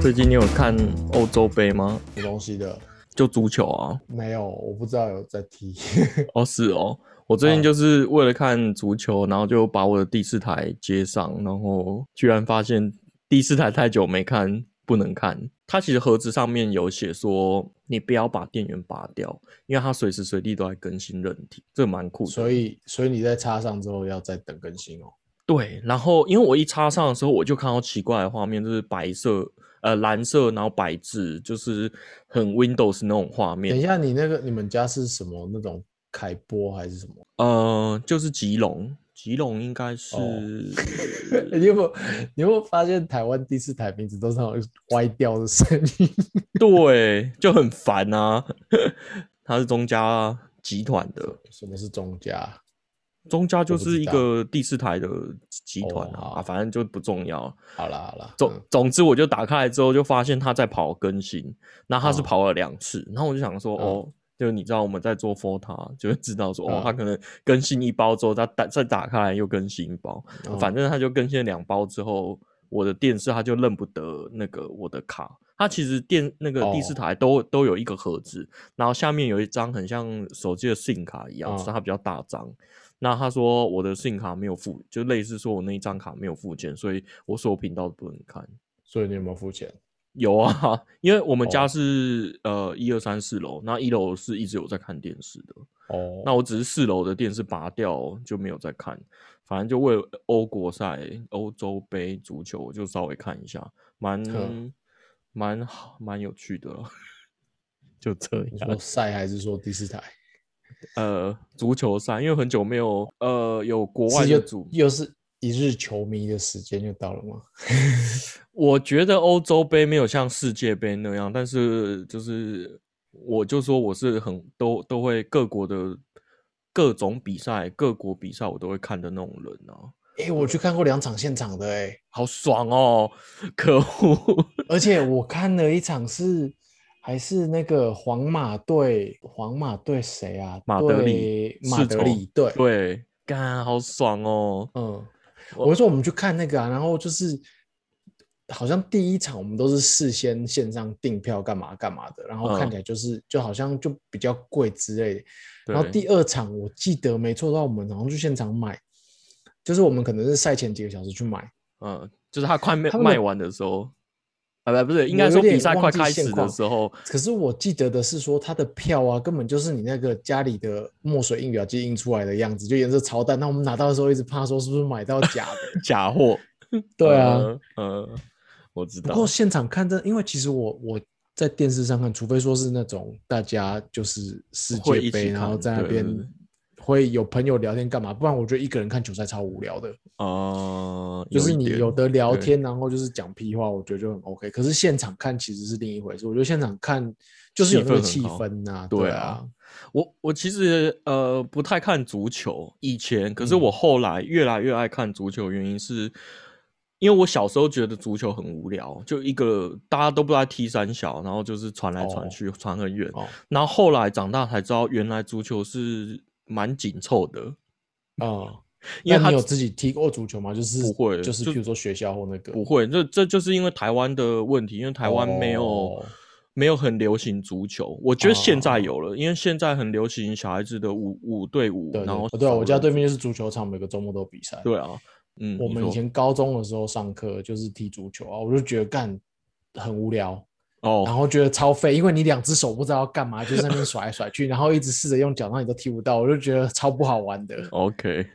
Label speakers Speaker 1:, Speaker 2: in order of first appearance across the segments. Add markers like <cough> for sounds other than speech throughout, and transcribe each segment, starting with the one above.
Speaker 1: 最近你有看欧洲杯吗？
Speaker 2: 什么东西的？
Speaker 1: 就足球啊？
Speaker 2: 没有，我不知道有在踢。
Speaker 1: 哦，是哦。我最近就是为了看足球，然后就把我的第四台接上，然后居然发现第四台太久没看，不能看。它其实盒子上面有写说，你不要把电源拔掉，因为它随时随地都在更新韧体，这蛮酷的。
Speaker 2: <laughs> 所以，所以你在插上之后要再等更新哦。
Speaker 1: 对，然后因为我一插上的时候，我就看到奇怪的画面，就是白色、呃蓝色，然后白字，就是很 Windows 那种画
Speaker 2: 等一
Speaker 1: 面。
Speaker 2: 下，你那个你们家是什么那种凯波还是什么？
Speaker 1: 呃，就是吉隆，吉隆应该
Speaker 2: 哦
Speaker 1: 是、
Speaker 2: <laughs> 你有没有你有没有发现台湾第四台名字都是那种歪掉的声音？ <laughs>
Speaker 1: 对，就很烦啊。 <laughs> 它是中家集团的，
Speaker 2: 什么是中家？
Speaker 1: 中家就
Speaker 2: 我不
Speaker 1: 是
Speaker 2: 知
Speaker 1: 一
Speaker 2: 道
Speaker 1: 个第四台的集团
Speaker 2: 哦
Speaker 1: 啊,、
Speaker 2: 好嗯
Speaker 1: 啊，反正就不重要。
Speaker 2: 好啦好啦，
Speaker 1: 总总之，我就打开来之后就发现他在跑更新，那他是
Speaker 2: 哦
Speaker 1: 跑了两次，然后我就想说，
Speaker 2: 嗯
Speaker 1: 哦，就你知道我们在做 Forta 就会知道说，哦，
Speaker 2: 嗯
Speaker 1: 他可能更新一包之后，他打再打开来又更新一包，
Speaker 2: 嗯
Speaker 1: 反正他就更新了两包之后，我的电视他就认不得那个我的卡。它其实电那个第四
Speaker 2: 哦
Speaker 1: 台都、都有一个盒子，然后下面有一张很像手机的 SIM 卡一样，
Speaker 2: 嗯
Speaker 1: 只是它比较大张。那他说我的 SIM 卡没有附，就类似说我那一张卡没有附件，所以我所有频道都不能看。
Speaker 2: 嗯所以你有没有付钱？
Speaker 1: 有啊，因为我们家
Speaker 2: 哦
Speaker 1: 是、呃一二三四楼，那一楼是一直有在看电视的，
Speaker 2: 哦，
Speaker 1: 那我只是四楼的电视拔掉哦就没有在看，反正就为了欧国赛、欧洲杯足球，我就稍微看一下，蛮
Speaker 2: 呵
Speaker 1: 蛮好蛮有趣的了， <laughs> 就这
Speaker 2: 你
Speaker 1: 样。
Speaker 2: 说赛还是说第四台？
Speaker 1: 呃，足球赛因为很久没有呃有国外
Speaker 2: 是又
Speaker 1: 的足，
Speaker 2: 又是一日球迷的时间又到了吗？
Speaker 1: 我觉得欧洲杯没有像世界杯那样，但是就是我就说我是很都都会各国的各种比赛、各国比赛我都会看的那种人啊，
Speaker 2: 哎、我去看过两场现场的哎、
Speaker 1: 好爽哦！可恶，
Speaker 2: 而且我看了一场是还是那个皇马队，皇马队谁啊？
Speaker 1: 马德里
Speaker 2: 对马
Speaker 1: 世
Speaker 2: 德
Speaker 1: 仇
Speaker 2: 里
Speaker 1: <laughs>
Speaker 2: 对，
Speaker 1: 对，干好爽哦！
Speaker 2: 嗯，
Speaker 1: 我
Speaker 2: 我就说我们去看那个啊，然后就是好像第一场我们都是事先线上订票干嘛干嘛的，然后看
Speaker 1: 嗯
Speaker 2: 起来就是、就好像就比较贵之类的。然后
Speaker 1: 对
Speaker 2: 第二场我记得没错的话，我们好像去现场买，就是我们可能是赛前几个小时去买，
Speaker 1: 嗯，就是他快卖
Speaker 2: 他们
Speaker 1: 卖
Speaker 2: 的
Speaker 1: 完的时候，啊不不是，应
Speaker 2: 我
Speaker 1: 该
Speaker 2: 有
Speaker 1: 说比
Speaker 2: 点
Speaker 1: 赛
Speaker 2: 忘
Speaker 1: 快
Speaker 2: 记
Speaker 1: 开
Speaker 2: 现
Speaker 1: 始的
Speaker 2: 况
Speaker 1: 时候，。
Speaker 2: 可是我记得的是说，它的票啊，根本就是你那个家里的墨水印表机印出来的样子，就颜色超淡。那我们拿到的时候一直怕说是不是买到假
Speaker 1: <laughs>
Speaker 2: 的
Speaker 1: 假货。
Speaker 2: <laughs> 对啊，
Speaker 1: 呃，呃我知
Speaker 2: 不
Speaker 1: 道
Speaker 2: 过。现场看真的，因为其实我我在电视上看，除非说是那种大家就是世
Speaker 1: 会一起
Speaker 2: 界杯，
Speaker 1: 看
Speaker 2: 然后在那边
Speaker 1: 对对对
Speaker 2: 会有朋友聊天干嘛，不然我觉得一个人看球赛超无聊的。
Speaker 1: 哦，
Speaker 2: 就是
Speaker 1: 一
Speaker 2: 你
Speaker 1: 点
Speaker 2: 有的聊
Speaker 1: 对
Speaker 2: 天，然后就是讲屁话，我觉得就很 OK。可是现场看其实是另一回事，我觉得现场看就是有那个
Speaker 1: 气
Speaker 2: 气
Speaker 1: 氛很
Speaker 2: 氛呐、
Speaker 1: 对
Speaker 2: 对
Speaker 1: 啊
Speaker 2: 啊，
Speaker 1: 我我其实呃不太看足球，以前，可是
Speaker 2: 嗯
Speaker 1: 我后来越来越爱看足球，原因是因为我小时候觉得足球很无聊，就一个大家都不知道踢三小，然后就是传来传
Speaker 2: 哦
Speaker 1: 去，传很远。
Speaker 2: 哦
Speaker 1: 然后后来长大才知道，原来足球是蛮紧凑的，
Speaker 2: 哦。
Speaker 1: 因为
Speaker 2: 那
Speaker 1: 它
Speaker 2: 你有自己踢过足球吗？就是
Speaker 1: 不会
Speaker 2: 就是
Speaker 1: 就
Speaker 2: 比如说学校或那个
Speaker 1: 不会，这这就是因为台湾的问题，因为台湾没有、
Speaker 2: 哦
Speaker 1: 没有很流行足球，我觉得现在
Speaker 2: 哦
Speaker 1: 有了，因为现在很流行小孩子的五五对五，
Speaker 2: 对
Speaker 1: 然后
Speaker 2: 对对啊，我家对
Speaker 1: 面
Speaker 2: 面就是足球场，每个周末都有比赛。
Speaker 1: 对啊，嗯，
Speaker 2: 我
Speaker 1: 你
Speaker 2: 们
Speaker 1: 说
Speaker 2: 以前高中的时候上课就是踢足球啊，我就觉得干很无聊，然
Speaker 1: 哦，
Speaker 2: 后觉得超废，因为你两只手不知道要干嘛，就在那边甩来甩去，然后一直试着用脚，那你都踢不到，我就觉得超不好玩的。
Speaker 1: 哦 OK，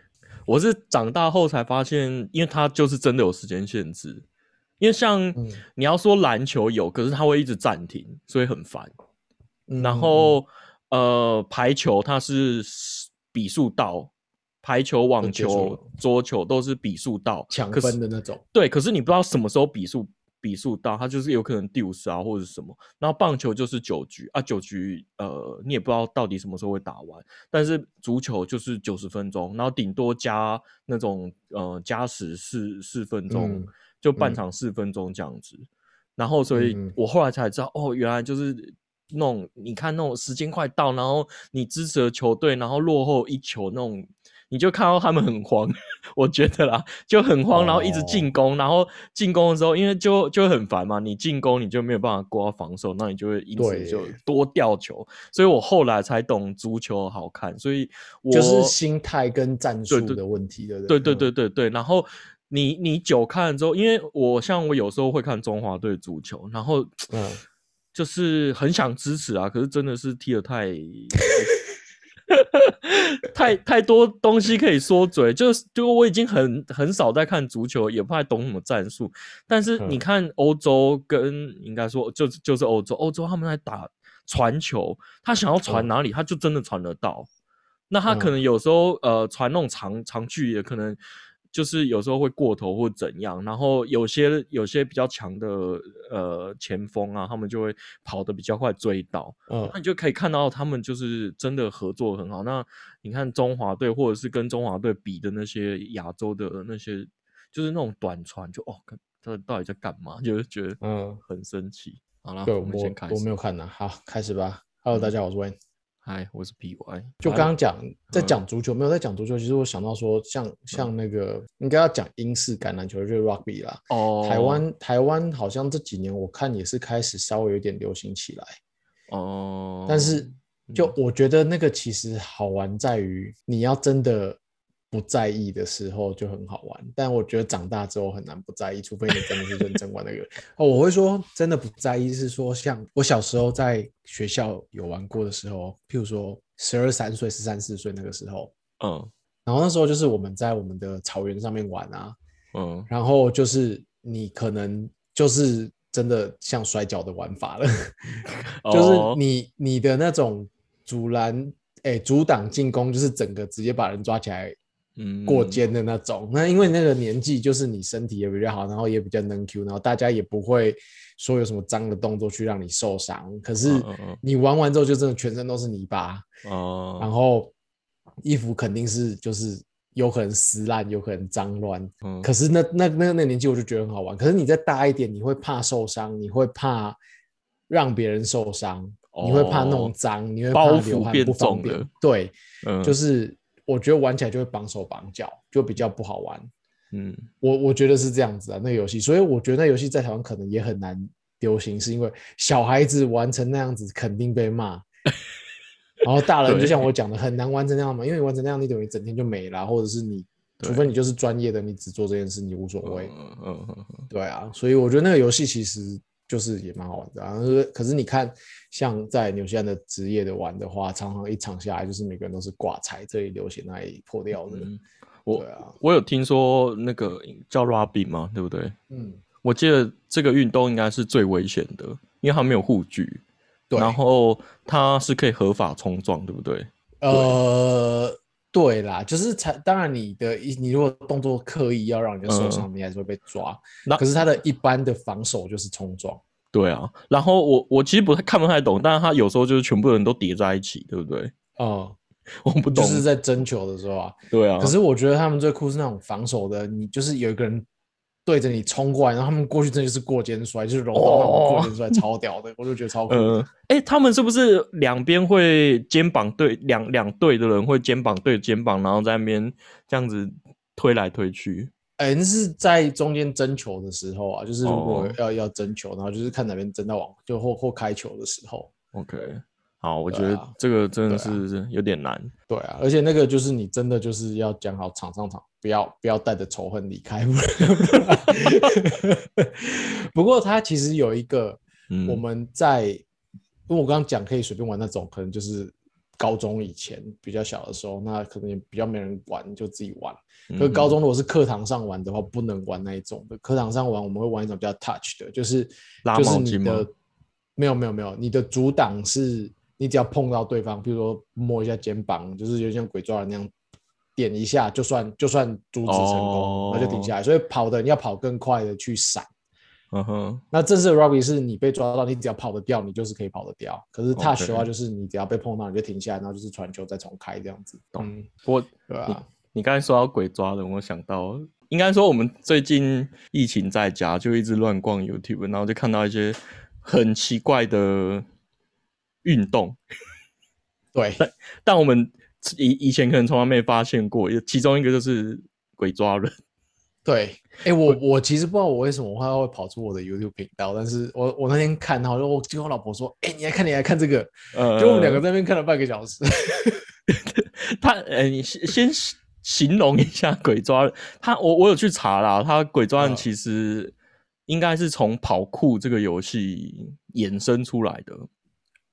Speaker 1: 我是长大后才发现，因为它就是真的有时间限制，因为像
Speaker 2: 嗯
Speaker 1: 你要说篮球有，可是它会一直暂停，所以很烦。
Speaker 2: 嗯
Speaker 1: 然后、呃，排球它是比数到，排球、网
Speaker 2: 就结束
Speaker 1: 球
Speaker 2: 了、
Speaker 1: 桌球都是比数到，
Speaker 2: 抢
Speaker 1: 可是
Speaker 2: 分的那种，
Speaker 1: 对，可是你不知道什么时候比数比数到，它就是有可能第五十啊或者是什么。然后棒球就是九局啊，九局呃你也不知道到底什么时候会打完，但是足球就是九十分钟，然后顶多加那种呃加时四四分钟，
Speaker 2: 嗯
Speaker 1: 就半
Speaker 2: 嗯
Speaker 1: 场四分钟这样子。然后所以
Speaker 2: 嗯嗯
Speaker 1: 我后来才知道，哦，原来就是。那种你看那种时间快到，然后你支持的球队，然后落后一球那种你就看到他们很慌， <laughs> 我觉得啦，就很慌，然后一直进攻，然后进攻的时候，因为就就很烦嘛，你进攻你就没有办法挂防守，那你就会因此
Speaker 2: 对
Speaker 1: 就多掉球，所以我后来才懂足球好看，所以我
Speaker 2: 就是心态跟战术
Speaker 1: 对对
Speaker 2: 的问题，对不
Speaker 1: 对
Speaker 2: 对？
Speaker 1: 对
Speaker 2: 嗯
Speaker 1: 对对对，然后你你久看了之后，因为我像我有时候会看中华队足球，然后
Speaker 2: 嗯
Speaker 1: 就是很想支持啊，可是真的是踢的太
Speaker 2: <laughs>
Speaker 1: 太太多东西可以说嘴，就是就我已经很很少在看足球，也不太懂什么战术，但是你
Speaker 2: 嗯
Speaker 1: 看欧洲跟应该说就是就是欧洲，欧洲他们在打传球，他想要传
Speaker 2: 嗯
Speaker 1: 哪里，他就真的传得到。那他可
Speaker 2: 嗯
Speaker 1: 能有时候、呃传那种长长距离的，可能就是有时候会过头或怎样。然后有些有些比较强的呃前锋啊，他们就会跑得比较快追到，
Speaker 2: 嗯
Speaker 1: 那你就可以看到他们就是真的合作得很好。那你看中华队或者是跟中华队比的那些亚洲的那些，就是那种短传，就哦，看他到底在干嘛？ <laughs> 就是觉得
Speaker 2: 嗯，
Speaker 1: 很生气。好啦，
Speaker 2: 对
Speaker 1: 我们
Speaker 2: 我
Speaker 1: 先开
Speaker 2: 我
Speaker 1: 始嗯
Speaker 2: 没。有看呢，好，开始吧。Hello，大家好，我是 Wayne。
Speaker 1: 嗨，我是 PY。
Speaker 2: 就刚刚讲在
Speaker 1: 嗯
Speaker 2: 讲足球，没有在讲足球，其实我想到说像，像那个应该要讲英式橄榄球，就是 rugby 啦。
Speaker 1: 哦，
Speaker 2: 台湾台湾好像这几年我看也是开始稍微有点流行起来，
Speaker 1: 哦，
Speaker 2: 但是就
Speaker 1: 嗯
Speaker 2: 我觉得那个其实好玩在于你要真的不在意的时候就很好玩，但我觉得长大之后很难不在意，除非你真的是认真玩
Speaker 1: <laughs>
Speaker 2: 那个。哦，我会说真的不在意是说，像我小时候在学校有玩过的时候，譬如说十二三岁、十三四岁那个时候，
Speaker 1: 嗯
Speaker 2: 然后那时候就是我们在我们的草原上面玩啊，
Speaker 1: 嗯
Speaker 2: 然后就是你可能就是真的像摔跤的玩法了， <laughs> 就是
Speaker 1: 哦
Speaker 2: 你你的那种阻拦，哎，阻挡进攻，就是整个直接把人抓起来
Speaker 1: 嗯
Speaker 2: 过肩的那种。那因为那个年纪，就是你身体也比较好，然后也比较能 Q，然后大家也不会说有什么脏的动作去让你受伤。可是
Speaker 1: 嗯嗯嗯
Speaker 2: 你玩完之后，就真的全身都是泥巴，
Speaker 1: 哦，
Speaker 2: 然后衣服肯定是就是有可能撕烂，有可能脏乱，
Speaker 1: 嗯
Speaker 2: 可是那那那那年纪我就觉得很好玩。可是你再大一点，你会怕受伤，你会怕让别人受伤，你会怕弄
Speaker 1: 哦
Speaker 2: 脏，你会
Speaker 1: 包
Speaker 2: 怕
Speaker 1: 袱
Speaker 2: 流汗
Speaker 1: 变
Speaker 2: 不方
Speaker 1: 重
Speaker 2: 便
Speaker 1: 了。
Speaker 2: 对，
Speaker 1: 嗯
Speaker 2: 就是我觉得玩起来就会绑手绑脚，就比较不好玩。
Speaker 1: 嗯
Speaker 2: 我我觉得是这样子啊，那个游戏，所以我觉得那游戏在台湾可能也很难流行，是因为小孩子玩成那样子肯定
Speaker 1: <laughs>
Speaker 2: 被骂，然后大人
Speaker 1: 对
Speaker 2: 就像我讲的，很难玩成那样嘛，因为你玩成那样，你等于整天就没了，啊或者是你，
Speaker 1: 对
Speaker 2: 除非你就是专业的，你只做这件事，你无所谓。
Speaker 1: 嗯嗯嗯嗯
Speaker 2: 对啊，所以我觉得那个游戏其实就是也蛮好玩的啊。呃可是你看，像在纽西兰的职业的玩的话，常常一场下来就是每个人都是挂彩，这里流血那里破掉的。
Speaker 1: 嗯，我
Speaker 2: 对啊，
Speaker 1: 我有听说那个叫 Robin 嘛，对不对？
Speaker 2: 嗯，
Speaker 1: 我记得这个运动应该是最危险的，因为它没有护具，
Speaker 2: 对。
Speaker 1: 然后它是可以合法冲撞，对不对？
Speaker 2: 呃，对啦，就是才当然你的一你如果动作刻意要让人家受伤，你还是会被抓。
Speaker 1: 嗯那
Speaker 2: 可是他的一般的防守就是冲撞，
Speaker 1: 对啊，然后我我其实不太看不太懂，但是它有时候就是全部人都叠在一起，对不对？ <laughs>
Speaker 2: 嗯，
Speaker 1: 我不
Speaker 2: 就
Speaker 1: 懂，
Speaker 2: 是在争球的时候啊。
Speaker 1: 对啊，
Speaker 2: 可是我觉得他们最酷是那种防守的，你就是有一个人对着你冲过来，然后他们过去真的就是过肩摔，就是柔道那
Speaker 1: 哦
Speaker 2: 种过肩摔，超屌的，我就觉得超酷的。
Speaker 1: 呃，哎、他们是不是两边会肩膀对两两队的人会肩膀对肩膀，然后在那边这样子推来推去？
Speaker 2: 哎、那是在中间争球的时候啊，就是如果
Speaker 1: 哦
Speaker 2: 要、要争球，然后就是看哪边争到网，就或或开球的时候。
Speaker 1: OK，好，我觉
Speaker 2: 对
Speaker 1: 得
Speaker 2: 啊
Speaker 1: 这个真的
Speaker 2: 对
Speaker 1: 是有点难。
Speaker 2: 对啊，而且那个就是你真的就是要讲好场上场，不要不要带着仇恨离开。不 <laughs> 然不过他其实有一个，
Speaker 1: 嗯，
Speaker 2: 我们在，因为我刚刚讲可以随便玩那种，可能就是高中以前比较小的时候，那可能也比较没人玩，就自己玩。
Speaker 1: 嗯
Speaker 2: 可是高中如果是课堂上玩的话，不能玩那一种的。课堂上玩，我们会玩一种叫 touch 的，就是
Speaker 1: 拉
Speaker 2: 就是
Speaker 1: 毛
Speaker 2: 你
Speaker 1: 巾吗
Speaker 2: 的没有没有没有，你的阻挡是你只要碰到对方，比如说摸一下肩膀，就是有点像鬼抓人那样点一下，就算就算阻止成
Speaker 1: 哦
Speaker 2: 功，那、就停下来。所以跑的你要跑更快的去闪。
Speaker 1: 嗯哼，
Speaker 2: 那正式的 rugby 是你被抓到，你只要跑得掉，你就是可以跑得掉。可是
Speaker 1: OK
Speaker 2: touch 的话，就是你只要被碰到，你就停下来，然后就是传球再重开这样子。
Speaker 1: 懂
Speaker 2: 嗯，
Speaker 1: 我
Speaker 2: 对啊。
Speaker 1: 你刚才说到鬼抓人，我想到应该说我们最近疫情在家，就一直乱逛 YouTube，然后就看到一些很奇怪的运动，
Speaker 2: 对，
Speaker 1: 但我们以以前可能从来没发现过，其中一个就是鬼抓人。
Speaker 2: 对，哎、我我其实不知道我为什么会会跑出我的 YouTube 频道，但是我我那天看，然后就我就跟我老婆说，哎、你来看，你来看这个，
Speaker 1: 呃，
Speaker 2: 就我们两个在那边看了半个小时。 <laughs>
Speaker 1: 他，呃，你先先形容一下鬼抓人。他，我我有去查啦，他鬼抓人
Speaker 2: 嗯
Speaker 1: 其实应该是从跑酷这个游戏衍生出来的。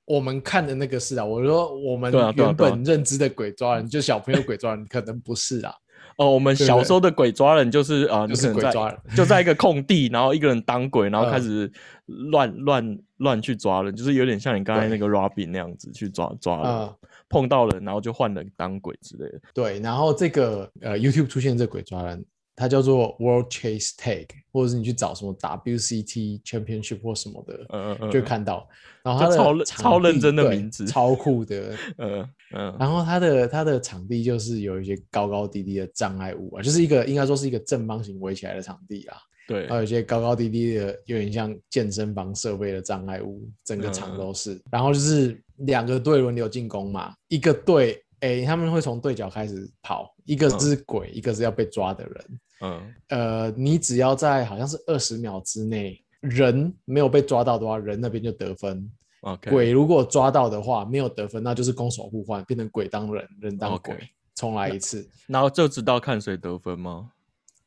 Speaker 2: 我们看的那个是啊，我说我们
Speaker 1: 对啊对啊
Speaker 2: 原
Speaker 1: 对啊
Speaker 2: 本认知的鬼抓人，就小朋友鬼抓人，可能不是啊，
Speaker 1: 哦，我们
Speaker 2: 对对
Speaker 1: 小时候的鬼抓人就是啊，呃你
Speaker 2: 就是
Speaker 1: 可能
Speaker 2: 鬼
Speaker 1: 在
Speaker 2: 抓人。
Speaker 1: 就在一个空地，然后一个人当鬼，然后
Speaker 2: 嗯
Speaker 1: 开始乱乱乱去抓人，就是有点像你刚才那个 Robin 那样子去抓抓人，
Speaker 2: 嗯，
Speaker 1: 碰到人然后就换人当鬼之类的。
Speaker 2: 对，然后这个呃 YouTube 出现这鬼抓人，它叫做 World Chase Tag，或者是你去找什么 WCT Championship 或什么的，
Speaker 1: 嗯嗯
Speaker 2: 就会看到。然后
Speaker 1: 就
Speaker 2: 它的
Speaker 1: 超认
Speaker 2: 场
Speaker 1: 超认
Speaker 2: 地
Speaker 1: 真的
Speaker 2: 对
Speaker 1: 名字
Speaker 2: 超酷的。
Speaker 1: 嗯嗯嗯
Speaker 2: 然后它的它的场地就是有一些高高低低的障碍物啊，就是一个应该说是一个正方形围起来的场地啊，
Speaker 1: 对
Speaker 2: 还有一些高高低低的，有点像健身房设备的障碍物，整个
Speaker 1: 嗯嗯
Speaker 2: 场都是。然后就是两个队轮流进攻嘛，一个队，哎、他们会从对角开始跑，一个是鬼，一个是要被抓的人。
Speaker 1: 嗯
Speaker 2: 呃，你只要在好像是二十秒之内，人没有被抓到的话，人那边就得分。
Speaker 1: ，OK，
Speaker 2: 鬼如果抓到的话，没有得分，那就是攻守互换，变成鬼当人，人当
Speaker 1: 哦 OK
Speaker 2: 鬼，重来一次。
Speaker 1: 然后就知道看谁得分吗？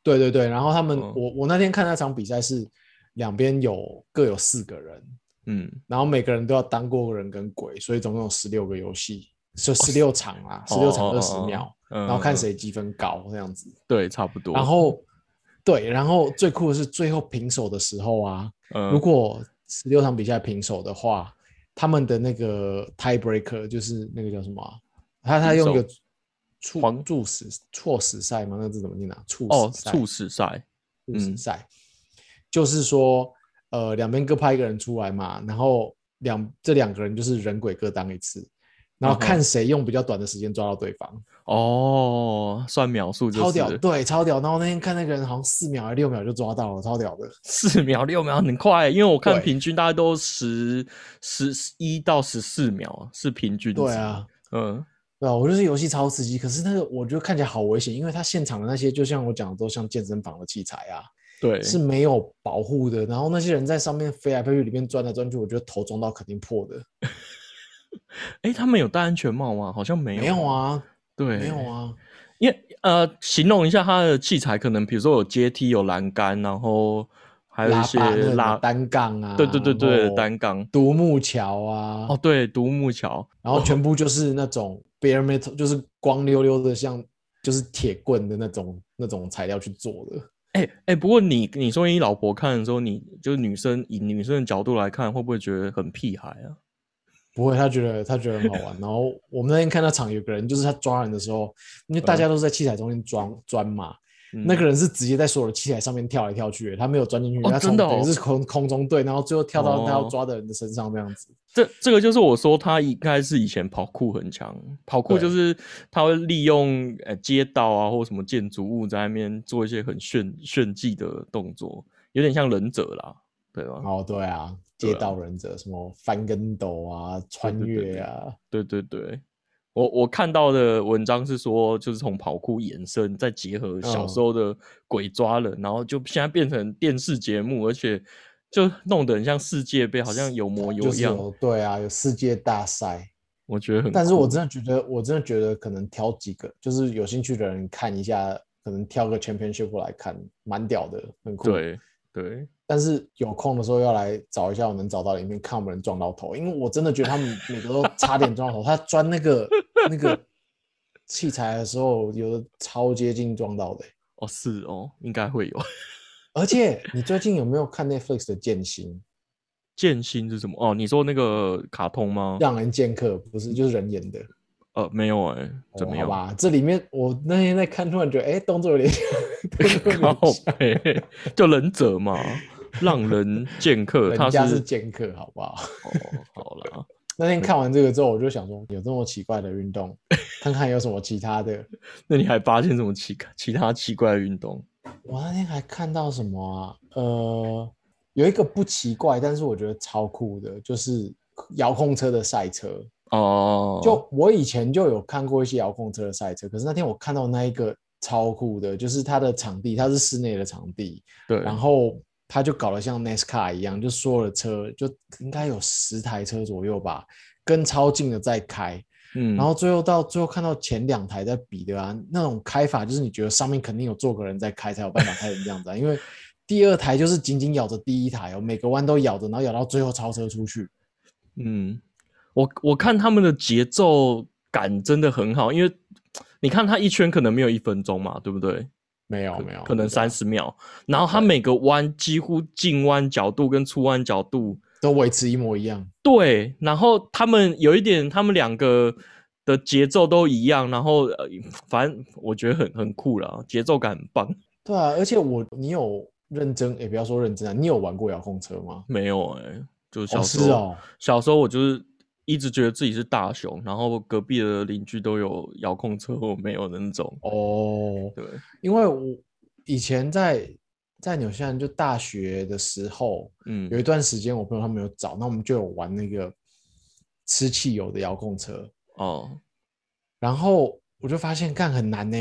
Speaker 2: 对对对，然后他们，
Speaker 1: 嗯
Speaker 2: 我我那天看那场比赛是两边有各有四个人，
Speaker 1: 嗯，
Speaker 2: 然后每个人都要当过人跟鬼，所以总共有十六个游戏，就十六场啊，十六场
Speaker 1: 哦
Speaker 2: 二十秒，，
Speaker 1: 哦哦
Speaker 2: 然后看
Speaker 1: 嗯
Speaker 2: 谁积分高这样子。
Speaker 1: 对，差不多。
Speaker 2: 然后对，然后最酷的是最后平手的时候啊，
Speaker 1: 嗯，
Speaker 2: 如果十六场比赛平手的话，他们的那个 tiebreaker 就是那个叫什么啊、他他用一个
Speaker 1: 平
Speaker 2: 促
Speaker 1: 黄
Speaker 2: 促使错使赛吗？那字怎么念啊？促
Speaker 1: 哦，
Speaker 2: 使赛
Speaker 1: 猝死赛，
Speaker 2: 促使
Speaker 1: 嗯
Speaker 2: 赛，就是说呃两边各派一个人出来嘛，然后两这两个人就是人鬼各当一次。然后
Speaker 1: 嗯哼
Speaker 2: 看谁用比较短的时间抓到对方，
Speaker 1: 哦，算秒数就
Speaker 2: 超
Speaker 1: 是
Speaker 2: 屌，对，超屌。然后那天看那个人好像四秒还六秒就抓到了，超屌的。
Speaker 1: 四秒六秒很快，因为我看
Speaker 2: 对
Speaker 1: 平均大概都十十一到十四秒是平均。
Speaker 2: 对啊，，
Speaker 1: 嗯，
Speaker 2: 对啊，我就是游戏超刺激，可是那个我觉得看起来好危险，因为它现场的那些，就像我讲的，都像健身房的器材啊，
Speaker 1: 对，
Speaker 2: 是没有保护的。然后那些人在上面飞来飞去，里面钻来钻去，我觉得头撞到肯定破的。
Speaker 1: 哎，他们有戴安全帽吗？好像没有，
Speaker 2: 没有，啊，
Speaker 1: 对，
Speaker 2: 没有，啊，
Speaker 1: 因为呃，形容一下它的器材，可能比如说有阶梯、有栏杆，然后还有一
Speaker 2: 拉
Speaker 1: 些
Speaker 2: 把那个
Speaker 1: 拉，
Speaker 2: 单杠啊，
Speaker 1: 对对对对，
Speaker 2: 然后
Speaker 1: 单杠，
Speaker 2: 独木桥啊，
Speaker 1: 哦，对，独木桥，
Speaker 2: 然后全部就是
Speaker 1: <laughs>
Speaker 2: 那种 bare metal，就是光溜溜的像，就是铁棍的那种那种材料去做的。
Speaker 1: 哎、哎、不过你你说你老婆看的时候，你就是女生以女生的角度来看，会不会觉得很屁孩啊？
Speaker 2: 不会，他觉得他觉得很好玩。然后我们那天看到场有个人，就是他抓人的时候，因为大家都是在器材中间钻钻嘛，
Speaker 1: 嗯
Speaker 2: 那个人是直接在所有的器材上面跳来跳去的，他没有钻进去，
Speaker 1: 哦
Speaker 2: 他从
Speaker 1: 真的哦
Speaker 2: 等于是空空中对，然后最后跳到
Speaker 1: 哦
Speaker 2: 他要抓的人的身上这样子。
Speaker 1: 这这个就是我说他应该是以前跑酷很强，跑酷
Speaker 2: 对
Speaker 1: 就是他会利用呃街道啊或什么建筑物在那边做一些很炫炫技的动作，有点像忍者啦，对吧？
Speaker 2: 哦，对啊，
Speaker 1: 对啊
Speaker 2: 街道忍者什么翻跟斗啊，穿越啊，
Speaker 1: 对对对，我我看到的文章是说，就是从跑酷延伸，再结合小时
Speaker 2: 嗯
Speaker 1: 候的鬼抓人，然后就现在变成电视节目，而且就弄得很像世界杯，好像有模有
Speaker 2: 就是
Speaker 1: 样，
Speaker 2: 有对啊，有世界大赛。
Speaker 1: 我觉得很酷。
Speaker 2: 但是我真的觉得，我真的觉得可能挑几个，就是有兴趣的人看一下，可能挑个 championship 来看，蛮屌的，很酷。
Speaker 1: 对对，
Speaker 2: 但是有空的时候要来找一下我能找到的影片，看我们能撞到头，因为我真的觉得他们每个都差点撞到头。 <laughs> 他钻那个那个器材的时候，有的超接近撞到的欸、
Speaker 1: 哦是哦，应该会有。
Speaker 2: 而且你最近有没有看 Netflix 的《剑心
Speaker 1: 剑心是什么？哦，你说那个卡通吗》？？
Speaker 2: 让人剑客不是就是人演的，
Speaker 1: 呃，没有哎、
Speaker 2: 哦
Speaker 1: 怎么
Speaker 2: 好
Speaker 1: 样？
Speaker 2: 吧，这里面我那天在看，突然觉得哎、诶动作有点像，动作有
Speaker 1: <laughs>
Speaker 2: 点
Speaker 1: 靠
Speaker 2: 像
Speaker 1: 背，就忍者嘛，让人
Speaker 2: <laughs>
Speaker 1: 剑客，他
Speaker 2: 人家是
Speaker 1: 是
Speaker 2: 剑客，好不好？ <laughs>
Speaker 1: 哦，好啦，
Speaker 2: 那天看完这个之后，我就想说，有这么奇怪的运动， <laughs> 看看有什么其他的。
Speaker 1: 那你还发现什么奇其他奇怪的运动？
Speaker 2: 我那天还看到什么啊？呃，有一个不奇怪，但是我觉得超酷的，就是遥控车的赛车。
Speaker 1: 哦，
Speaker 2: 就我以前就有看过一些遥控车的赛车，可是那天我看到那一个超酷的，就是它的场地，它是室内的场地，
Speaker 1: 对，
Speaker 2: 然后他就搞得像 NASCAR 一样，就所有的车就应该有十台车左右吧，跟超近的在开，
Speaker 1: 嗯，
Speaker 2: 然后最后到最后看到前两台在比的啊，那种开法就是你觉得上面肯定有坐个人在开才有办法开成这样子、啊，因 <laughs> 为第二台就是紧紧咬着第一台哦，每个弯都咬着，然后咬到最后超车出去。
Speaker 1: 嗯，我我看他们的节奏感真的很好，因为你看他一圈可能没有一分钟嘛，对不对？
Speaker 2: 没有哦没有，
Speaker 1: 可能三十秒，然后他每个弯几乎近弯角度跟出弯角度，
Speaker 2: 都维持一模一样。
Speaker 1: 对，然后他们有一点，他们两个的节奏都一样，然后呃，反正我觉得很很酷啦，节奏感很棒。
Speaker 2: 对啊，而且我你有认真，也、不要说认真啊，你有玩过遥控车吗？
Speaker 1: 没有哎、就是小
Speaker 2: 哦，
Speaker 1: 时
Speaker 2: 是
Speaker 1: 候，
Speaker 2: 哦，
Speaker 1: 小时候我就是一直觉得自己是大雄，然后隔壁的邻居都有遥控车，我没有的那种。
Speaker 2: 哦，
Speaker 1: 对，
Speaker 2: 因为我以前在在纽西兰就大学的时候，
Speaker 1: 嗯
Speaker 2: 有一段时间我朋友他们有找，那我们就有玩那个吃汽油的遥控车，
Speaker 1: 哦，
Speaker 2: 然后我就发现干很难呢、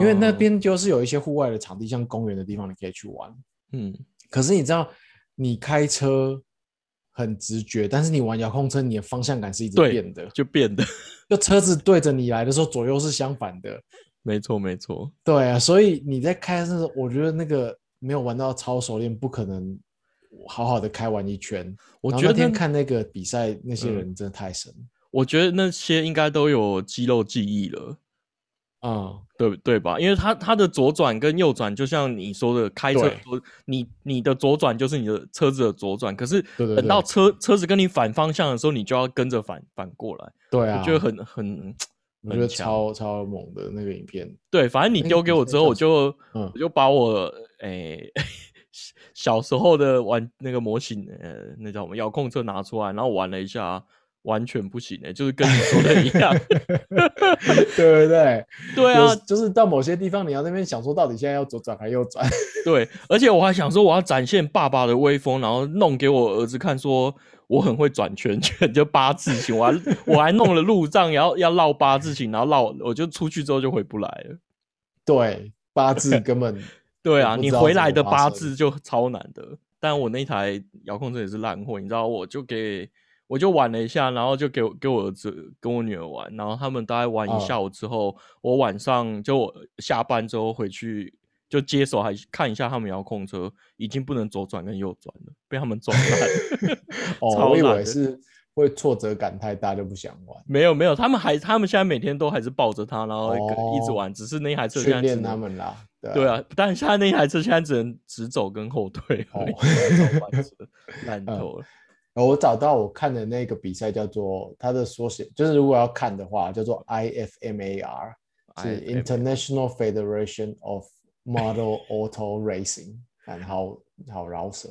Speaker 2: 因为那
Speaker 1: 嗯
Speaker 2: 边就是有一些户外的场地，像公园的地方，你可以去玩。
Speaker 1: 嗯
Speaker 2: 可是你知道，你开车很直觉，但是你玩遥控车，你的方向感是一直
Speaker 1: 对
Speaker 2: 变的。
Speaker 1: 就变得 <laughs>
Speaker 2: 就车子对着你来的时候，左右是相反的。
Speaker 1: 没错没错，
Speaker 2: 对啊，所以你在开的时候，我觉得那个没有玩到超熟练，不可能好好的开完一圈。
Speaker 1: 我
Speaker 2: 然后
Speaker 1: 觉
Speaker 2: 那
Speaker 1: 得
Speaker 2: 天
Speaker 1: 那嗯
Speaker 2: 看那个比赛，那些人真的太神
Speaker 1: 我觉得那些应该都有肌肉记忆了。
Speaker 2: 啊、嗯
Speaker 1: 对对吧？因为它它的左转跟右转，就像你说的，开车
Speaker 2: 对
Speaker 1: 左你你的左转就是你的车子的左转，可是
Speaker 2: 对对
Speaker 1: 等到
Speaker 2: 对
Speaker 1: 车车子跟你反方向的时候，你就要跟着反反过来，
Speaker 2: 对啊，
Speaker 1: 我觉得很很
Speaker 2: 我觉得
Speaker 1: 很强
Speaker 2: 超超猛的那个影片，
Speaker 1: 对。反正你
Speaker 2: 那个
Speaker 1: 丢给
Speaker 2: 比
Speaker 1: 我
Speaker 2: 赛
Speaker 1: 之后，我
Speaker 2: 叫
Speaker 1: 就 <laughs>
Speaker 2: 嗯，
Speaker 1: 我就把我诶、小时候的玩那个模型，呃，那叫什么遥控车拿出来，然后玩了一下，啊完全不行诶、欸就是跟你说的一样
Speaker 2: <laughs> 对不对？
Speaker 1: <laughs> 对啊
Speaker 2: 有，就是到某些地方，你要那边想说，到底现在要左转还右转？
Speaker 1: 对，而且我还想说，我要展现爸爸的威风，然后弄给我儿子看，说我很会转圈圈，就八字形。我还我还弄了路障，然后要绕八字形，然后绕，我就出去之后就回不来了。
Speaker 2: 对，八字
Speaker 1: <laughs>
Speaker 2: 根本
Speaker 1: 对啊，
Speaker 2: 我不
Speaker 1: 你
Speaker 2: 知道
Speaker 1: 回
Speaker 2: 怎
Speaker 1: 来
Speaker 2: 么
Speaker 1: 的
Speaker 2: 发
Speaker 1: 八
Speaker 2: 生
Speaker 1: 字就超难的。但我那台遥控车也是烂货，你知道，我就给我就玩了一下，然后就给我给我儿子跟我女儿玩，然后他们大概玩一
Speaker 2: 嗯。
Speaker 1: 下午之后，我晚上就我下班之后回去就接手，还看一下他们遥控车，已经不能左转跟右转了，被他们撞烂
Speaker 2: 哦，
Speaker 1: 超
Speaker 2: 我以
Speaker 1: 烂
Speaker 2: 为
Speaker 1: 的
Speaker 2: 是会挫折感太大就不想玩，
Speaker 1: <laughs> 没有没有，他们还他们现在每天都还是抱着它，然后一直
Speaker 2: 哦
Speaker 1: 玩，只是那台车现
Speaker 2: 训
Speaker 1: 在只
Speaker 2: 练他
Speaker 1: 能
Speaker 2: 们啦。
Speaker 1: 对，啊，但现在那台车现在只能直走跟后退而已，
Speaker 2: 哦嗯
Speaker 1: 没办法走半折烂透了。
Speaker 2: 然后我找到我看的那个比赛叫做它的缩写，就是如果要看的话，叫做 IFMAR，是
Speaker 1: IFMAR
Speaker 2: International Federation of Model Auto Racing，然 <laughs> 后好饶舌，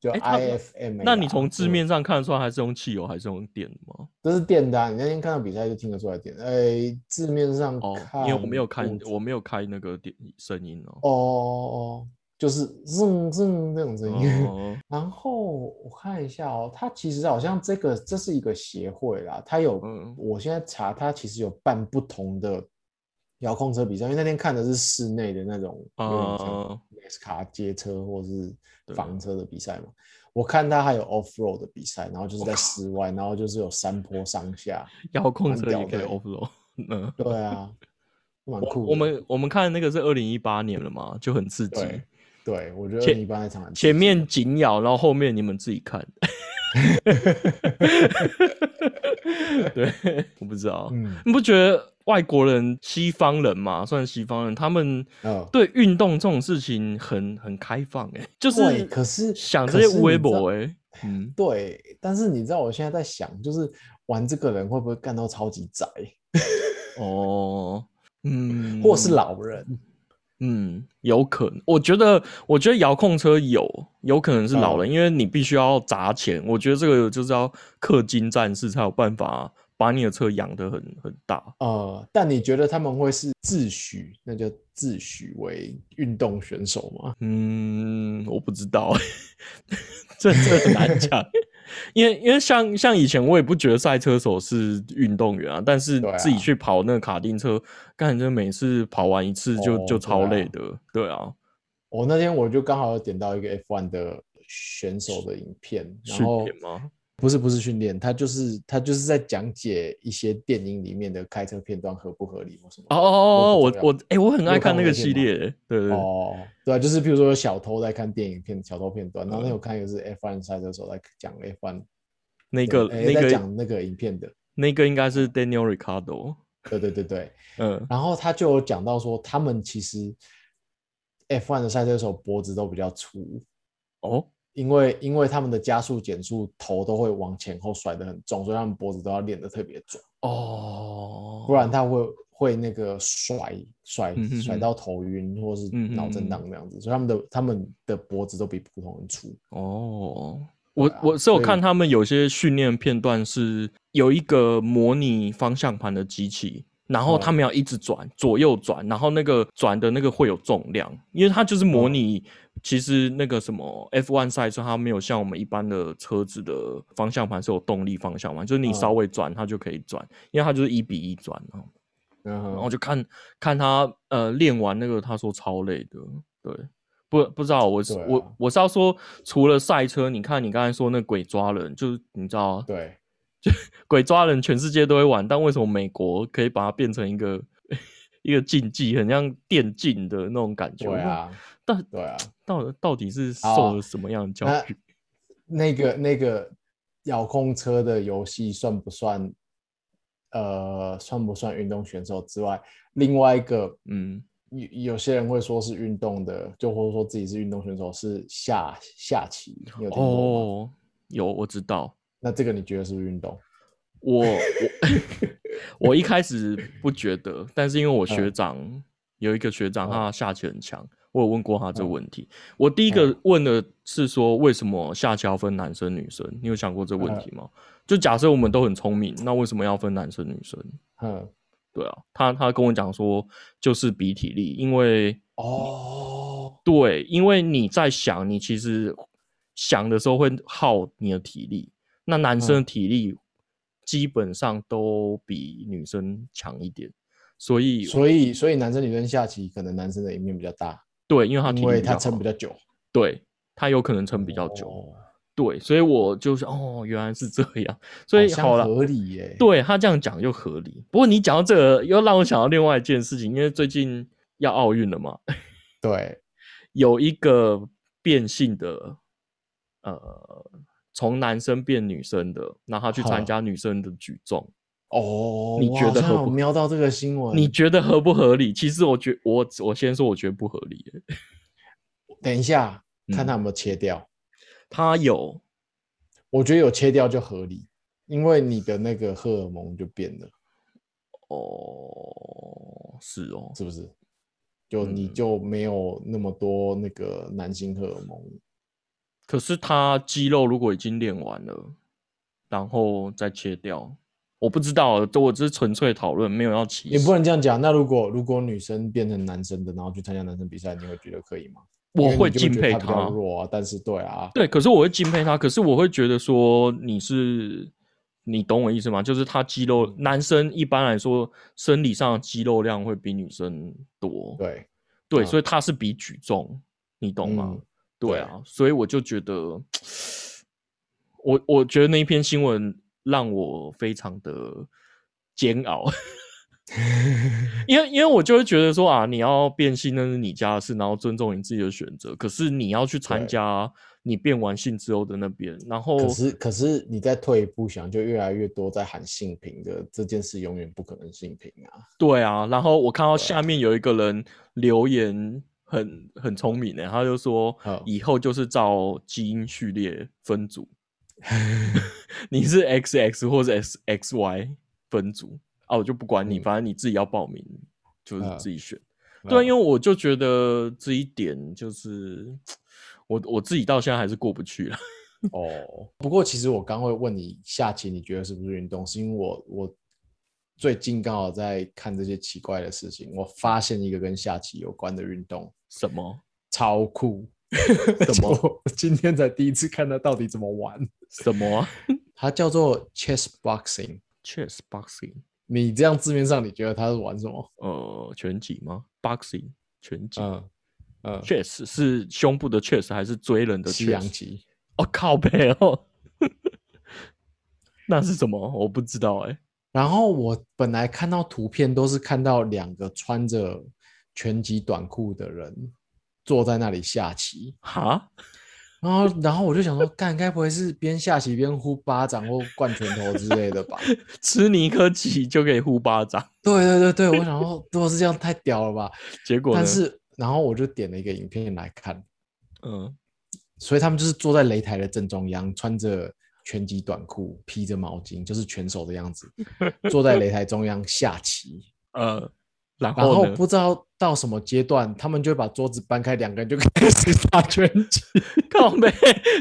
Speaker 2: 就
Speaker 1: 诶它
Speaker 2: IFMAR。
Speaker 1: 哎那你从字
Speaker 2: 嗯
Speaker 1: 面上看得出来，它是用汽油还是用电的吗？
Speaker 2: 这是电的啊，你那天看到比赛就听得出来电。哎，字面上
Speaker 1: 哦，
Speaker 2: 看，
Speaker 1: 因为我没有看，
Speaker 2: 出
Speaker 1: 我没有开那个电声音哦。
Speaker 2: 哦哦，哦就是嗡嗡那种声音。
Speaker 1: 哦，
Speaker 2: 然后我看一下哦，它其实好像这个这是一个协会啦，它有，
Speaker 1: 嗯
Speaker 2: 我现在查它其实有办不同的遥控车比赛，因为那天看的是室内的那种，有点像
Speaker 1: 呃，
Speaker 2: NASCAR 街车或是
Speaker 1: 对
Speaker 2: 房车的比赛嘛。我看它还有 off road 的比赛，然后就是在室外，然后就是有山坡上下，
Speaker 1: 遥控
Speaker 2: 蛮
Speaker 1: 车
Speaker 2: 屌
Speaker 1: 也可以
Speaker 2: 的欸
Speaker 1: offload。嗯，
Speaker 2: 对啊，蛮酷的。
Speaker 1: 我们我们看那个是二零一八年了嘛，就很刺激。
Speaker 2: 对对，我觉得
Speaker 1: 前
Speaker 2: 你般那场很
Speaker 1: 前面紧咬，然后后面你们自己
Speaker 2: <laughs>
Speaker 1: 看。对，我不知
Speaker 2: <laughs>
Speaker 1: 道。
Speaker 2: 嗯
Speaker 1: 你不觉得外国人、西方人嘛，算西方人，他们
Speaker 2: 嗯
Speaker 1: 对运动这种事情很很开放、欸，就是
Speaker 2: 对可是
Speaker 1: 想
Speaker 2: 可
Speaker 1: 这
Speaker 2: 是
Speaker 1: 些
Speaker 2: 你
Speaker 1: 微
Speaker 2: 知道
Speaker 1: 博、欸，嗯，
Speaker 2: 对，但是你知道我现在在想，就是玩这个人会不会干到超级宅，
Speaker 1: 哦，嗯，
Speaker 2: 或是，老人？
Speaker 1: 嗯，有可能。我觉得，我觉得遥控车有有可能是老
Speaker 2: 哦
Speaker 1: 人，因为你必须要砸钱。我觉得这个就是要氪金战士才有办法把你的车养得很很大。
Speaker 2: 呃，但你觉得他们会是自诩，那就自诩为运动选手吗？
Speaker 1: <laughs> 嗯，我不知道、欸，这这很难讲。因为因为像像以前我也不觉得赛车手是运动员啊，但是
Speaker 2: 对啊
Speaker 1: 自己去跑那个卡丁车，感觉每次跑完一次就、
Speaker 2: 哦
Speaker 1: 就超
Speaker 2: 对啊
Speaker 1: 累的，对啊，
Speaker 2: 我那天我就刚好有点到一个 F1 的选手的影片，然
Speaker 1: 训
Speaker 2: 后
Speaker 1: 练吗？
Speaker 2: 不是不是训练，他就是他就是在讲解一些电影里面的开车片段合不合理或什么。
Speaker 1: 哦哦哦哦，
Speaker 2: 我
Speaker 1: 我
Speaker 2: 不知道
Speaker 1: 我哎、我很
Speaker 2: 你
Speaker 1: 爱
Speaker 2: 有
Speaker 1: 看
Speaker 2: 看
Speaker 1: 那
Speaker 2: 过
Speaker 1: 个
Speaker 2: 那
Speaker 1: 系
Speaker 2: 片吗
Speaker 1: 列，欸对对对
Speaker 2: 哦，对啊，就是譬如说有小偷在看电影片、小偷片段，然
Speaker 1: 嗯
Speaker 2: 后那天我看一个是 F1 赛车手在讲 F1
Speaker 1: 那个
Speaker 2: 哎
Speaker 1: 那
Speaker 2: 在
Speaker 1: 个
Speaker 2: 讲那个影片的，
Speaker 1: 那个应该是 Daniel Ricardo，
Speaker 2: 对对对对。
Speaker 1: 嗯，
Speaker 2: 然后他就有讲到说，他们其实 F1 的赛车手脖子都比较粗，
Speaker 1: 哦，
Speaker 2: 因为因为他们的加速减速头都会往前后甩得很重，所以他们脖子都要练得特别壮，
Speaker 1: 哦，
Speaker 2: 不然他会会那个甩甩
Speaker 1: 嗯哼哼
Speaker 2: 甩到头晕或是
Speaker 1: 嗯哼哼
Speaker 2: 脑震荡那样子，所以他们的他们的脖子都比普通人粗。
Speaker 1: 哦，我、
Speaker 2: 啊
Speaker 1: 我是有
Speaker 2: 所以
Speaker 1: 看他们有些训练片段是有一个模拟方向盘的机器，然后
Speaker 2: 嗯
Speaker 1: 他们要一直转、左右转，然后那个转的那个会有重量，因为它就是模拟。
Speaker 2: 嗯
Speaker 1: 其实那个什么 F1 赛车，它没有像我们一般的车子的方向盘是有动力方向盘，就是你
Speaker 2: 嗯
Speaker 1: 稍微转它就可以转，因为它就是一比一转啊。
Speaker 2: 然
Speaker 1: 然后
Speaker 2: 后
Speaker 1: 就看看他呃练完那个，他说超累的，对，不不知道我是、
Speaker 2: 对啊
Speaker 1: 我我是要说，除了赛车，你看你刚才说那鬼抓人，就是你知道啊
Speaker 2: 对，
Speaker 1: 鬼抓人全世界都会玩，但为什么美国可以把它变成一个 <laughs> 一个竞技，很像电竞的那种感觉？
Speaker 2: 对啊，
Speaker 1: 我说，
Speaker 2: 对啊。
Speaker 1: <laughs> 到到到底是
Speaker 2: 好
Speaker 1: 受了什么样的教
Speaker 2: 那
Speaker 1: 育？
Speaker 2: 那个那个遥控车的游戏算不算？呃，算不算运动选手之外，另外一个
Speaker 1: 嗯，
Speaker 2: 有有些人会说是运动的，就或者说自己是运动选手，是下下棋，你有听过吗？
Speaker 1: 哦，有我知道，
Speaker 2: 那这个你觉得是不是运动？
Speaker 1: 我我我一 <laughs> 开始不觉得，但是因为我学长、有一个学长，
Speaker 2: 嗯
Speaker 1: 他下棋很强，我有问过他这个问题。我第一个问的是说，为什么下棋要分男生女生？你有想过这个问题吗？就假设我们都很聪明，那为什么要分男生女生？
Speaker 2: 哼，
Speaker 1: 对啊，他他跟我讲说，就是比体力，因为
Speaker 2: 哦，
Speaker 1: 对，因为你在想，你其实想的时候会耗你的体力。那男生的
Speaker 2: 嗯
Speaker 1: 体力基本上都比女生强一点，所以
Speaker 2: 所以所以男生女生下棋，可能男生的赢面比较大，
Speaker 1: 对，因为他体
Speaker 2: 因
Speaker 1: 力
Speaker 2: 为
Speaker 1: 比较
Speaker 2: 他撑
Speaker 1: 好
Speaker 2: 比，较久，
Speaker 1: 对他有可能撑比较久，
Speaker 2: 哦
Speaker 1: 对，所以我就是哦，原来是这样，所以
Speaker 2: 好像
Speaker 1: 好了，
Speaker 2: 合理耶。
Speaker 1: 对他这样讲又合理。不过你讲到这个，又让我想到另外一件事情，因为最近要奥运了嘛，
Speaker 2: 对，
Speaker 1: 有一个变性的，呃，从男生变女生的，然后他去参
Speaker 2: 哈
Speaker 1: 加女生的举重，
Speaker 2: 哦，
Speaker 1: 你
Speaker 2: 我
Speaker 1: 觉
Speaker 2: 好
Speaker 1: 得
Speaker 2: 像
Speaker 1: 合
Speaker 2: 有
Speaker 1: 不
Speaker 2: 瞄到这个新闻？
Speaker 1: 你觉得合不合理？其实我觉我我先说，我觉得不合理耶。
Speaker 2: 等一下
Speaker 1: 嗯
Speaker 2: 看他有没有切掉，
Speaker 1: 他有
Speaker 2: 我觉得有切掉就合理，因为你的那个荷尔蒙就变了，
Speaker 1: 哦，是哦，
Speaker 2: 是不是？就你
Speaker 1: 嗯
Speaker 2: 就没有那么多那个男性荷尔蒙，
Speaker 1: 可是他肌肉如果已经练完了，然后再切掉，我不知道，我只是纯粹讨论，没有要歧
Speaker 2: 也
Speaker 1: 视。
Speaker 2: 不能这样讲。那如果如果女生变成男生的，然后去参加男生比赛，你会觉得可以吗？因
Speaker 1: 我
Speaker 2: 为
Speaker 1: 会
Speaker 2: 你就
Speaker 1: 敬
Speaker 2: 觉得
Speaker 1: 佩
Speaker 2: 他比
Speaker 1: 他
Speaker 2: 较弱啊。但是对啊，
Speaker 1: 对，可是我会敬佩他，可是我会觉得说你是，你懂我意思吗？就是他肌肉，男生一般来说生理上的肌肉量会比女生多，
Speaker 2: 对，
Speaker 1: 对，
Speaker 2: 嗯
Speaker 1: 所以他是比举重，你懂吗？
Speaker 2: 嗯
Speaker 1: 对啊，所以我就觉得，我我觉得那一篇新闻让我非常的煎
Speaker 2: <laughs>
Speaker 1: 熬，因为因为我就会觉得说啊，你要变性那是你家的事，然后尊重你自己的选择。可是你要去参
Speaker 2: 对
Speaker 1: 加你变完性之后的那边，然后
Speaker 2: 可是可是你再退一步想，就越来越多在喊性平的这件事，永远不可能性平啊。
Speaker 1: 对啊，然后我看到下面有一个人留言很很聪明欸的，他就说
Speaker 2: 好
Speaker 1: 以后就是照基因序列分 <laughs> 组，你是 X X 或者 X X Y 分组啊，我就不管你，
Speaker 2: 嗯
Speaker 1: 反正你自己要报名就是
Speaker 2: 嗯
Speaker 1: 自己选。对啊，因为
Speaker 2: 为
Speaker 1: 我就觉得这一点就是我我自己到现在还是过不去了。
Speaker 2: 哦，不过其实我刚会问你下棋，你觉得是不是运动？是因为我我最近刚好在看这些奇怪的事情，我发现一个跟下棋有关的运动，
Speaker 1: 什么？
Speaker 2: <laughs> 超酷。
Speaker 1: 什么
Speaker 2: <laughs> 我今天才第一次看他到底怎么玩。
Speaker 1: 什么啊
Speaker 2: 它叫做 chess boxing。
Speaker 1: <laughs> ？Chess boxing，
Speaker 2: 你这样字面上，你觉得他是玩什么？
Speaker 1: 呃，拳击吗？Boxing，拳击。
Speaker 2: 嗯嗯，
Speaker 1: chess 是胸部的 chess 还是追人的
Speaker 2: 西洋
Speaker 1: chess？
Speaker 2: 棋。
Speaker 1: 哦，靠背哦，那是什么？我不知道哎、
Speaker 2: 然后我本来看到图片都是看到两个穿着拳击短裤的人坐在那里下棋，
Speaker 1: 哈，
Speaker 2: 然后然后我就想说，干该不会是边下棋边呼巴掌或灌拳头之类的吧？ <laughs>
Speaker 1: 吃你一颗棋就可以呼巴掌，
Speaker 2: 对对对对，我想说，如果是这样太屌了 <laughs> 吧？
Speaker 1: 结果呢
Speaker 2: 但是然后我就点了一个影片来看，
Speaker 1: 嗯，
Speaker 2: 所以他们就是坐在擂台的正中央，穿着拳击短裤，披着毛巾，就是拳手的样子，坐在擂台中央下 <laughs> 棋。
Speaker 1: 呃，然
Speaker 2: 然后
Speaker 1: 后呢？
Speaker 2: 不知道到什么阶段，他们就会把桌子搬开，两个人就 <laughs> 开始打拳击。
Speaker 1: 靠背，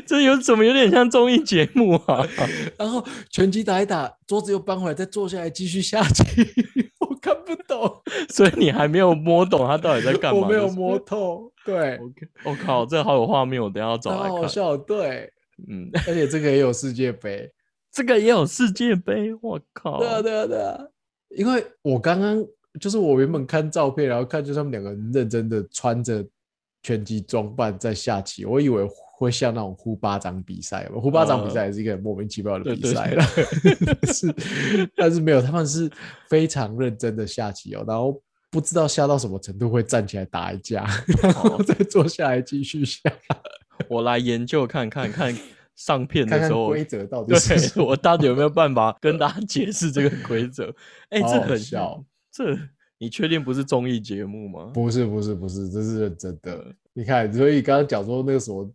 Speaker 1: 这有怎么有点像综艺节目啊？
Speaker 2: 然后拳击打一打，桌子又搬回来，再坐下来继续下棋。 <laughs> 我看不懂，
Speaker 1: 所以你还没有摸懂他到底在干嘛？
Speaker 2: 我没有
Speaker 1: 就是
Speaker 2: 摸透。对，
Speaker 1: OK，我、靠，这好有画面，我等一下要找
Speaker 2: 然
Speaker 1: 来
Speaker 2: 后好
Speaker 1: 看。<laughs>
Speaker 2: 笑。对，
Speaker 1: 嗯，
Speaker 2: 而且这个也有世界杯。
Speaker 1: 这个也有世界杯，我靠！
Speaker 2: 对啊，对啊，对啊。因为我刚刚就是我原本看照片，然后看就他们两个人认真的穿着拳击装扮在下棋，我以为会像那种呼巴掌比赛，呼巴掌比赛也是一个很莫名其妙的
Speaker 1: 嗯对
Speaker 2: 比
Speaker 1: 对
Speaker 2: 赛啦。
Speaker 1: <laughs>
Speaker 2: 是，但是没有，他们是非常认真的下棋哦，然后。不知道下到什么程度会站起来打一架，然后
Speaker 1: 哦
Speaker 2: 再坐下来继续下，
Speaker 1: 我来研究看看
Speaker 2: <laughs>
Speaker 1: 看上片
Speaker 2: 看
Speaker 1: 的
Speaker 2: 看
Speaker 1: 时候，
Speaker 2: 规则到底
Speaker 1: <laughs>
Speaker 2: 是什
Speaker 1: 对
Speaker 2: 么。
Speaker 1: 我到底有没有办法跟大家解释这个规则？哎、
Speaker 2: 好
Speaker 1: 这
Speaker 2: 好
Speaker 1: 很
Speaker 2: 笑，
Speaker 1: 这你确定不是综艺节目吗？
Speaker 2: 不是不是不是，这是认真的。你看，所以刚刚讲说那个什么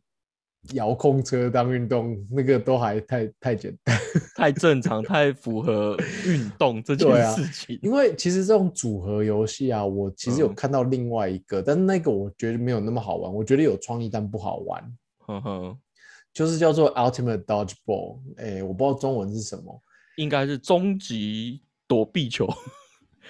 Speaker 2: 遥控车当运动，那个都还太太简单。
Speaker 1: 太正常，太符合运动这件
Speaker 2: 对啊
Speaker 1: 事情。
Speaker 2: 因为其实这种组合游戏啊，我其实有
Speaker 1: 嗯
Speaker 2: 看到另外一个，但是那个我觉得没有那么好玩，我觉得有创意但不好玩，
Speaker 1: 呵呵，
Speaker 2: 就是叫做 Ultimate Dodgeball。哎，我不知道中文是什么，
Speaker 1: 应该是终极躲避球。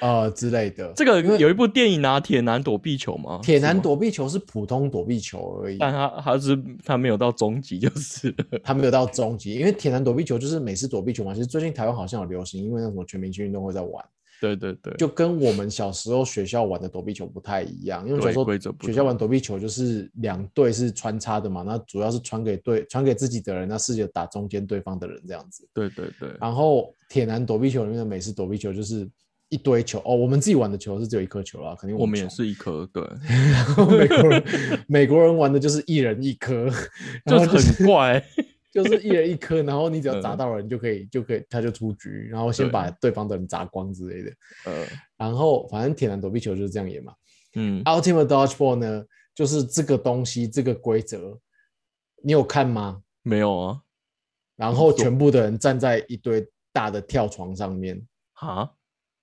Speaker 2: 呃之类的。
Speaker 1: 这个有一部电影拿铁男躲避球吗？
Speaker 2: 铁
Speaker 1: 是
Speaker 2: 男
Speaker 1: 吗，啊
Speaker 2: 躲避球是普通躲避球而已，
Speaker 1: 但他他是他没有到终极，就是了
Speaker 2: 它没有到终极，因为铁男躲避球就是美式躲避球嘛。其实最近台湾好像有流行，因为那什么全明星运动会在玩。
Speaker 1: 对对对，
Speaker 2: 就跟我们小时候学校玩的躲避球不太一样，因为小
Speaker 1: 对
Speaker 2: 时候
Speaker 1: 规则不
Speaker 2: 学
Speaker 1: 同
Speaker 2: 校玩躲避球就是两队是穿插的嘛，那主要是传给对传给自己的人，那试着打中间对方的人这样子。
Speaker 1: 对对对，
Speaker 2: 然后铁男躲避球里面的美式躲避球就是一堆球哦，我们自己玩的球是只有一颗球啊啦，肯定
Speaker 1: 我们也
Speaker 2: 穷。
Speaker 1: 是一颗，对，
Speaker 2: 然后 <laughs> 美国人美国人玩的就是一人一颗，然
Speaker 1: 就
Speaker 2: 后就是
Speaker 1: 很
Speaker 2: <laughs>
Speaker 1: 怪。
Speaker 2: 就是一人一颗，然后你只要
Speaker 1: 嗯
Speaker 2: 砸到人就可以就可以他就出局，然后先
Speaker 1: 对
Speaker 2: 把对方的人砸光之类的。
Speaker 1: 呃，
Speaker 2: 然后反正铁男躲避球就是这样演嘛。
Speaker 1: 嗯，
Speaker 2: Ultimate Dodgeball 呢，就是这个东西，这个规则，你有看吗？
Speaker 1: 没有啊，
Speaker 2: 然后全部的人站在一堆大的跳床上面，
Speaker 1: 哈，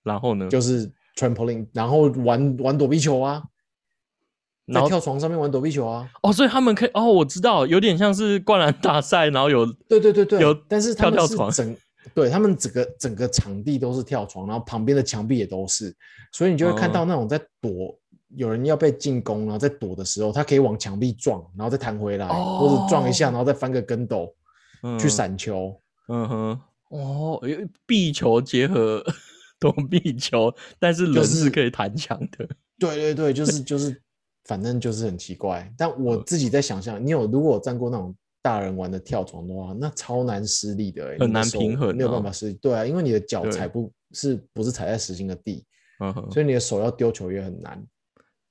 Speaker 1: 然后呢？
Speaker 2: 就是 trampoline，然后玩玩躲避球啊，
Speaker 1: 然
Speaker 2: 在
Speaker 1: 后
Speaker 2: 跳床上面玩躲避球啊。
Speaker 1: 哦，所以他们可以哦，我知道，有点像是灌篮大赛，然后有
Speaker 2: 对对对对，
Speaker 1: 有
Speaker 2: 但是他们
Speaker 1: 跳
Speaker 2: 是
Speaker 1: 跳床
Speaker 2: 整，对他们整个整个场地都是跳床，然后旁边的墙壁也都是，所以你就会看
Speaker 1: 哦
Speaker 2: 到那种在躲。有人要被进攻，然后在躲的时候，他可以往墙壁撞，然后再弹回来，或者撞一下，
Speaker 1: 哦
Speaker 2: 然后再翻个跟斗去，闪球。
Speaker 1: 嗯嗯哼，哦，因为壁球结合 <laughs> 躲避球，但是人
Speaker 2: 就是
Speaker 1: 是可以弹墙的，
Speaker 2: 对对对，就是就是，反正就是很奇怪。但
Speaker 1: 嗯
Speaker 2: 我自己在想象，你有如果有站过那种大人玩的跳床的话，那超难施力的、欸，你
Speaker 1: 很
Speaker 2: 的
Speaker 1: 难
Speaker 2: 手
Speaker 1: 平衡
Speaker 2: 没有办
Speaker 1: 啊
Speaker 2: 法施力。对啊，因为你的脚
Speaker 1: 对
Speaker 2: 踩不是不是踩在实心的地，
Speaker 1: 嗯哼，
Speaker 2: 所以你的手要丢球也很难。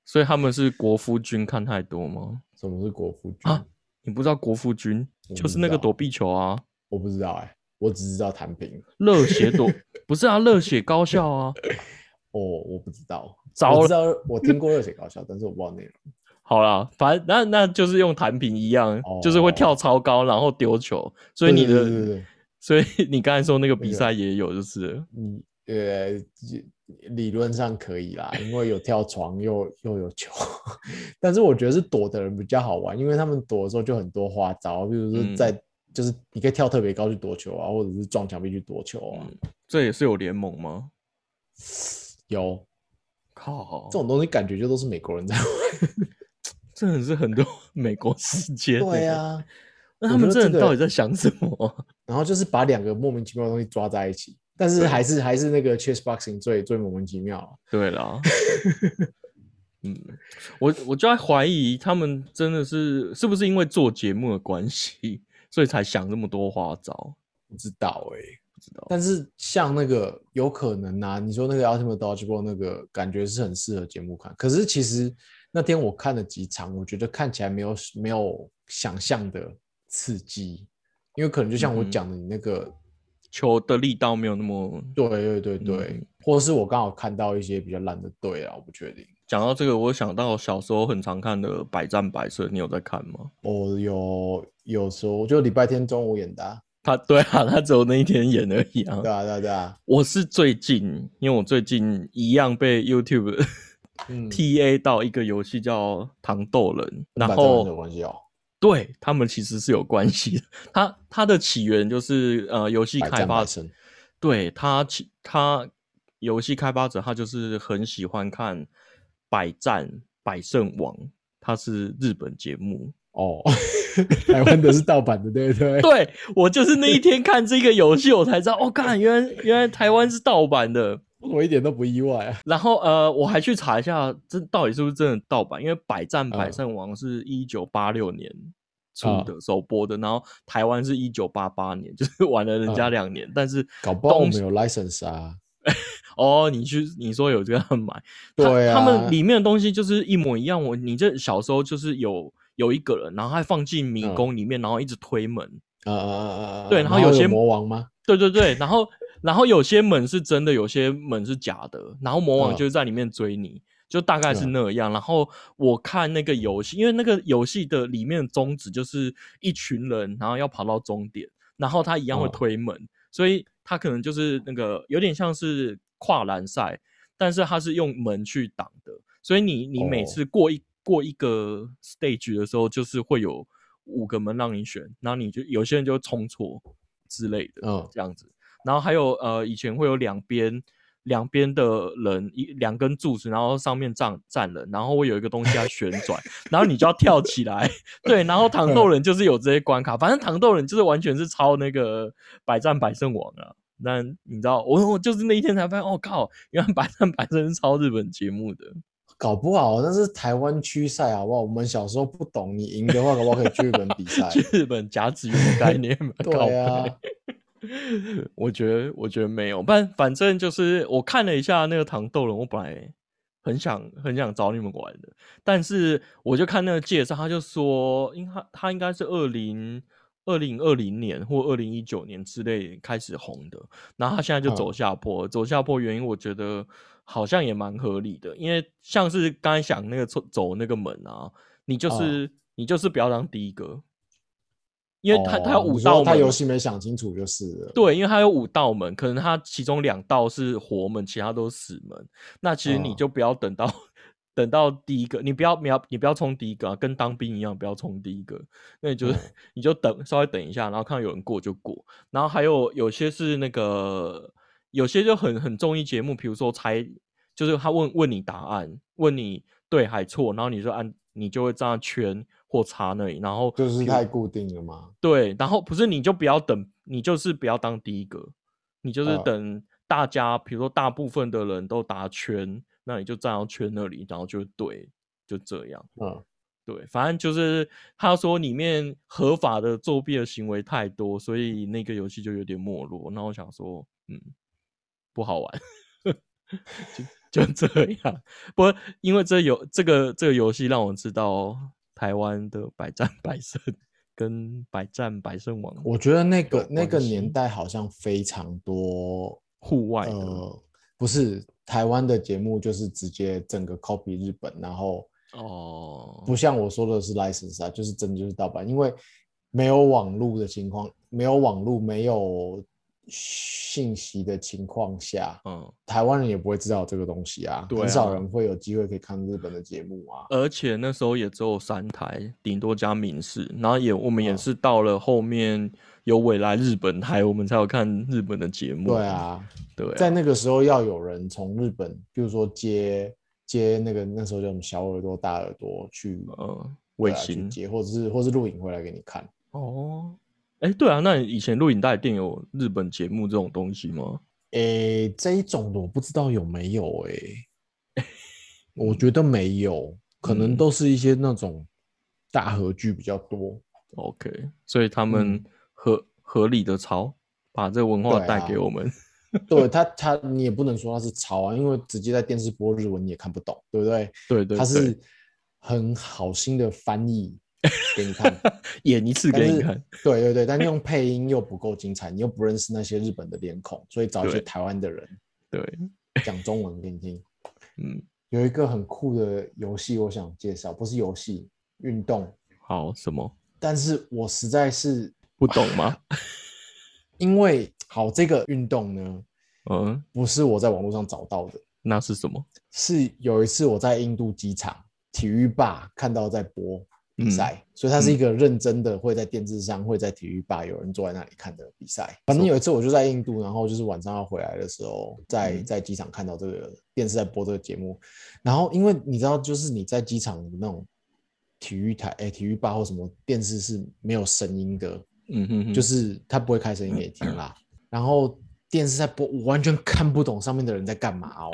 Speaker 1: 所以他们是国夫君看太多吗？
Speaker 2: 什么是国服军？
Speaker 1: 啊你不知道国夫君
Speaker 2: 我
Speaker 1: 就
Speaker 2: 不
Speaker 1: 是
Speaker 2: 知
Speaker 1: 那个
Speaker 2: 道
Speaker 1: 躲避球啊，
Speaker 2: 我不知道哎、我只知道弹平。
Speaker 1: 热血
Speaker 2: <laughs>
Speaker 1: 躲不是啊，热血高校啊，
Speaker 2: 哦，我不知道，
Speaker 1: 糟
Speaker 2: 我
Speaker 1: 了
Speaker 2: 知道我听过热血高校，但是我不知道内容。
Speaker 1: 好啦，反正那那就是用弹屏一样，就是会跳超高，然后丢球。 <laughs> 所以你的，
Speaker 2: 哦对对对对对
Speaker 1: 所以你刚才说那个比
Speaker 2: 那个
Speaker 1: 赛也有，就是了
Speaker 2: 嗯呃，理论上可以啦，因为有跳床又又有球， <laughs> 但是我觉得是躲的人比较好玩，因为他们躲的时候就很多花招，比如
Speaker 1: 嗯
Speaker 2: 说在、就是你可以跳特别高去躲球啊，或者是撞墙壁去躲球啊。
Speaker 1: 这也是有联盟吗？
Speaker 2: 有
Speaker 1: 靠
Speaker 2: 这，种东西，感觉就都是美国人在玩。
Speaker 1: 真的是很 <laughs> 多美国世界。
Speaker 2: <laughs> 对，啊，
Speaker 1: 那
Speaker 2: 我
Speaker 1: 他们
Speaker 2: 觉
Speaker 1: 这
Speaker 2: 得
Speaker 1: 人
Speaker 2: 这个
Speaker 1: 到底在想什么啊？
Speaker 2: 然后就是把两个莫名其妙的东西抓在一起，但是还是还是那个 chess boxing 最最莫名其妙啊。
Speaker 1: <laughs> 对 <laughs> 啦，嗯，我我就在怀疑他们真的是是不是因为做节目的关系，所以才想这么多花招？
Speaker 2: 不知道哎、
Speaker 1: 不知道，
Speaker 2: 但是像那个有可能啊，你说那个 Ultimate Dodgeball 那个感觉是很适合节目看，可是其实那天我看了几场，我觉得看起来没有没有想象的刺激，因为可能就像
Speaker 1: 嗯
Speaker 2: 我
Speaker 1: 哼
Speaker 2: 讲的，你那个、
Speaker 1: 球的力道没有那么。
Speaker 2: 对对对对，
Speaker 1: 嗯
Speaker 2: 或者是我刚好看到一些比较烂的队啊，我不确定。
Speaker 1: 讲到这个，我想到小时候很常看的《百战百胜》，你有在看吗？
Speaker 2: 我哦有有时候就礼拜天中午演的、啊，
Speaker 1: 他对啊，他只有那一天演而已啊
Speaker 2: 对。啊对啊对啊，
Speaker 1: 我是最近，因为我最近一样被 YouTube
Speaker 2: 嗯，
Speaker 1: TA 到一个游戏叫《糖豆人》，然
Speaker 2: 跟百战百胜有
Speaker 1: 后
Speaker 2: 关系哦，
Speaker 1: 对他们其实是有关系的。它它的起源就是呃，游戏
Speaker 2: 百
Speaker 1: 开
Speaker 2: 战
Speaker 1: 发
Speaker 2: 百，胜，
Speaker 1: 对它起它游戏开发者，他就是很喜欢看《百战百胜王》，它是日本节目。
Speaker 2: 哦， <laughs> 台湾的是盗版的，对不对？
Speaker 1: 对我就是那一天看这个游戏，我才知道，哦，看原来原来台湾是盗版的。
Speaker 2: <laughs> 我一点都不意外啊。
Speaker 1: 然后呃，我还去查一下，这到底是不是真的盗版？因为《百战百
Speaker 2: 嗯
Speaker 1: 胜王》是一九八六年出
Speaker 2: 嗯
Speaker 1: 的、首播的，然后台湾是一九八八年， <laughs> 就是晚了人家
Speaker 2: 嗯
Speaker 1: 两年。但是
Speaker 2: 搞不好我
Speaker 1: 东
Speaker 2: 们
Speaker 1: 西
Speaker 2: 有 license 啊，
Speaker 1: 哦，你去你说有这样买，他
Speaker 2: 对
Speaker 1: 他
Speaker 2: 啊
Speaker 1: 们里面的东西就是一模一样。我你这小时候就是有有一个人，然后他放进迷
Speaker 2: 嗯
Speaker 1: 宫里面，然后一直推门，
Speaker 2: 呃呃呃呃，
Speaker 1: 对
Speaker 2: 然
Speaker 1: 然后有些
Speaker 2: 魔王吗？
Speaker 1: 对对对，然后然后有些门是真的，有些门是假的，然后魔王
Speaker 2: 嗯
Speaker 1: 就是在里面追你，就大概是
Speaker 2: 嗯
Speaker 1: 那样。然后我看那个游戏，因为那个游戏的里面的宗旨就是一群人，然后要跑到终点，然后他一样会
Speaker 2: 嗯
Speaker 1: 推门，所以他可能就是那个有点像是跨栏赛，但是他是用门去挡的，所以你你每
Speaker 2: 哦
Speaker 1: 次过一、过一个 stage 的时候，就是会有五个门让你选，然后你就有些人就冲错之类的。
Speaker 2: 嗯
Speaker 1: 这样子。然后还有呃，以前会有两边两边的人一两根柱子，然后上面站站人，然后会有一个东西在旋转，然后你就要跳起来。对，然
Speaker 2: <laughs> 嗯
Speaker 1: 后糖豆人就是有这些关卡，反正糖豆人就是完全是抄那个百战百胜王啊。那你知道，我我就是那一天才发现，哦靠，原来百战百胜是抄日本节目的。 <laughs>
Speaker 2: 搞不好那是台湾区赛，好不好？我们小时候不懂，你赢的话，搞不好可以去日本比赛。，
Speaker 1: 去日本甲子园的概念嘛
Speaker 2: <laughs> 对
Speaker 1: 靠
Speaker 2: 啊
Speaker 1: 北，我觉得我觉得没有，但反正就是我看了一下那个糖豆人，我本来很想很想找你们玩的，但是我就看那个介绍，他就说，因为他他应该是二零二零二零年或二零一九年之类开始红的，然后他现在就走
Speaker 2: 嗯
Speaker 1: 下坡了，走下坡原因我觉得好像也蛮合理的，因为像是刚才想那个走走那个门啊，你
Speaker 2: 哦
Speaker 1: 就是、你就是不要当第一个，因为他、他有
Speaker 2: 哦
Speaker 1: 五
Speaker 2: 你说
Speaker 1: 道门，啊
Speaker 2: 他游戏没想清楚就是了。
Speaker 1: 对，因为它有五道门，可能它其中两道是活门，其他都是死门。那其实你
Speaker 2: 嗯
Speaker 1: 就不要等到、 <laughs> 等到第一个，你不要不要你不要冲第一个、啊，跟当兵一样，不要冲第一个。那你就、
Speaker 2: 嗯
Speaker 1: 你就等稍微等一下，然后看到有人过就过。然后还有有些是那个有些就很很综艺节目，比如说猜，就是他问问你答案，问你对还错，然后你就按你就会这样圈或叉那里，然后
Speaker 2: 就是
Speaker 1: 比如
Speaker 2: 太固定了嘛。
Speaker 1: 对，然后不是你就不要等，你就是不要当第一个，你就是
Speaker 2: 嗯
Speaker 1: 等大家，比如说大部分的人都答圈，那你就站到圈那里，然后就对，就这样。
Speaker 2: 嗯，
Speaker 1: 对，反正就是他说里面合法的作弊的行为太多，所以那个游戏就有点没落。那我想说，嗯，不好玩， <laughs> 就就这样。不过因为这游这个这个游戏让我知道台湾的百战百胜 <laughs> 跟百战百胜王
Speaker 2: 我觉得那个
Speaker 1: 有
Speaker 2: 那个
Speaker 1: 关系
Speaker 2: 年代好像非常多，
Speaker 1: 户外的、
Speaker 2: 呃，不是台湾的节目就是直接整个 copy 日本，然后
Speaker 1: 哦，
Speaker 2: 不像我说的是 license 啊，就是真的就是盗版，因为没有网络的情况，没有网络，没有信息的情况下，
Speaker 1: 嗯，
Speaker 2: 台湾人也不会知道这个东西啊，
Speaker 1: 对啊
Speaker 2: 很少人会有机会可以看日本的节目啊。
Speaker 1: 而且那时候也只有三台，顶多加民视，然后也我们也
Speaker 2: 嗯
Speaker 1: 是到了后面有未来日本台，我们才有看日本的节目。
Speaker 2: 对，啊，
Speaker 1: 对啊，
Speaker 2: 在那个时候要有人从日本，比如说接接那个那时候叫什么小耳朵、大耳朵去
Speaker 1: 呃，
Speaker 2: 对
Speaker 1: 卫
Speaker 2: 啊去
Speaker 1: 星
Speaker 2: 接，或者是或是录影回来给你看。
Speaker 1: 哦，哎、对啊，那你以前录影带店有日本节目这种东西吗？
Speaker 2: 诶、这一种的我不知道有没有诶、我觉得没有，可能
Speaker 1: 嗯
Speaker 2: 都是一些那种大合剧比较多。
Speaker 1: OK，所以他们合、合理的抄，把这个文化
Speaker 2: 嗯对
Speaker 1: 带
Speaker 2: 啊
Speaker 1: 给我们。
Speaker 2: 对他，他你也不能说他是抄啊，因为直接在电视播日文你也看不懂，对不对？
Speaker 1: 对对
Speaker 2: 他
Speaker 1: 对
Speaker 2: 是很好心的翻译给你看，
Speaker 1: 演一次
Speaker 2: 但
Speaker 1: 给你
Speaker 2: 是
Speaker 1: 看。
Speaker 2: 对对对，但用配音又不够精彩，你又不认识那些日本的脸孔，所以找一些
Speaker 1: 对
Speaker 2: 台湾的人
Speaker 1: 对，
Speaker 2: 讲中文给你听。
Speaker 1: 嗯，
Speaker 2: 有一个很酷的游戏，我想介绍，不是游戏，运动，
Speaker 1: 好，什么
Speaker 2: 但是我实在是
Speaker 1: 不懂
Speaker 2: <laughs>
Speaker 1: 吗？
Speaker 2: 因为好这个运动呢，
Speaker 1: 嗯，
Speaker 2: 不是我在网络上找到的，
Speaker 1: 那是什么？
Speaker 2: 是有一次我在印度机场体育吧看到在播
Speaker 1: 嗯
Speaker 2: 比赛，所以它是一个认真的会在电视上、会在体育吧有人坐在那里看的比赛。反正有一次我就在印度，然后就是晚上要回来的时候，在
Speaker 1: 嗯
Speaker 2: 在机场看到这个电视在播这个节目，然后因为你知道，就是你在机场的那种体育台、哎、体育吧或什么电视是没有声音的，
Speaker 1: 嗯哼哼，
Speaker 2: 就是它不会开声音给你听啦。然后电视在播，我完全看不懂上面的人在干嘛哦。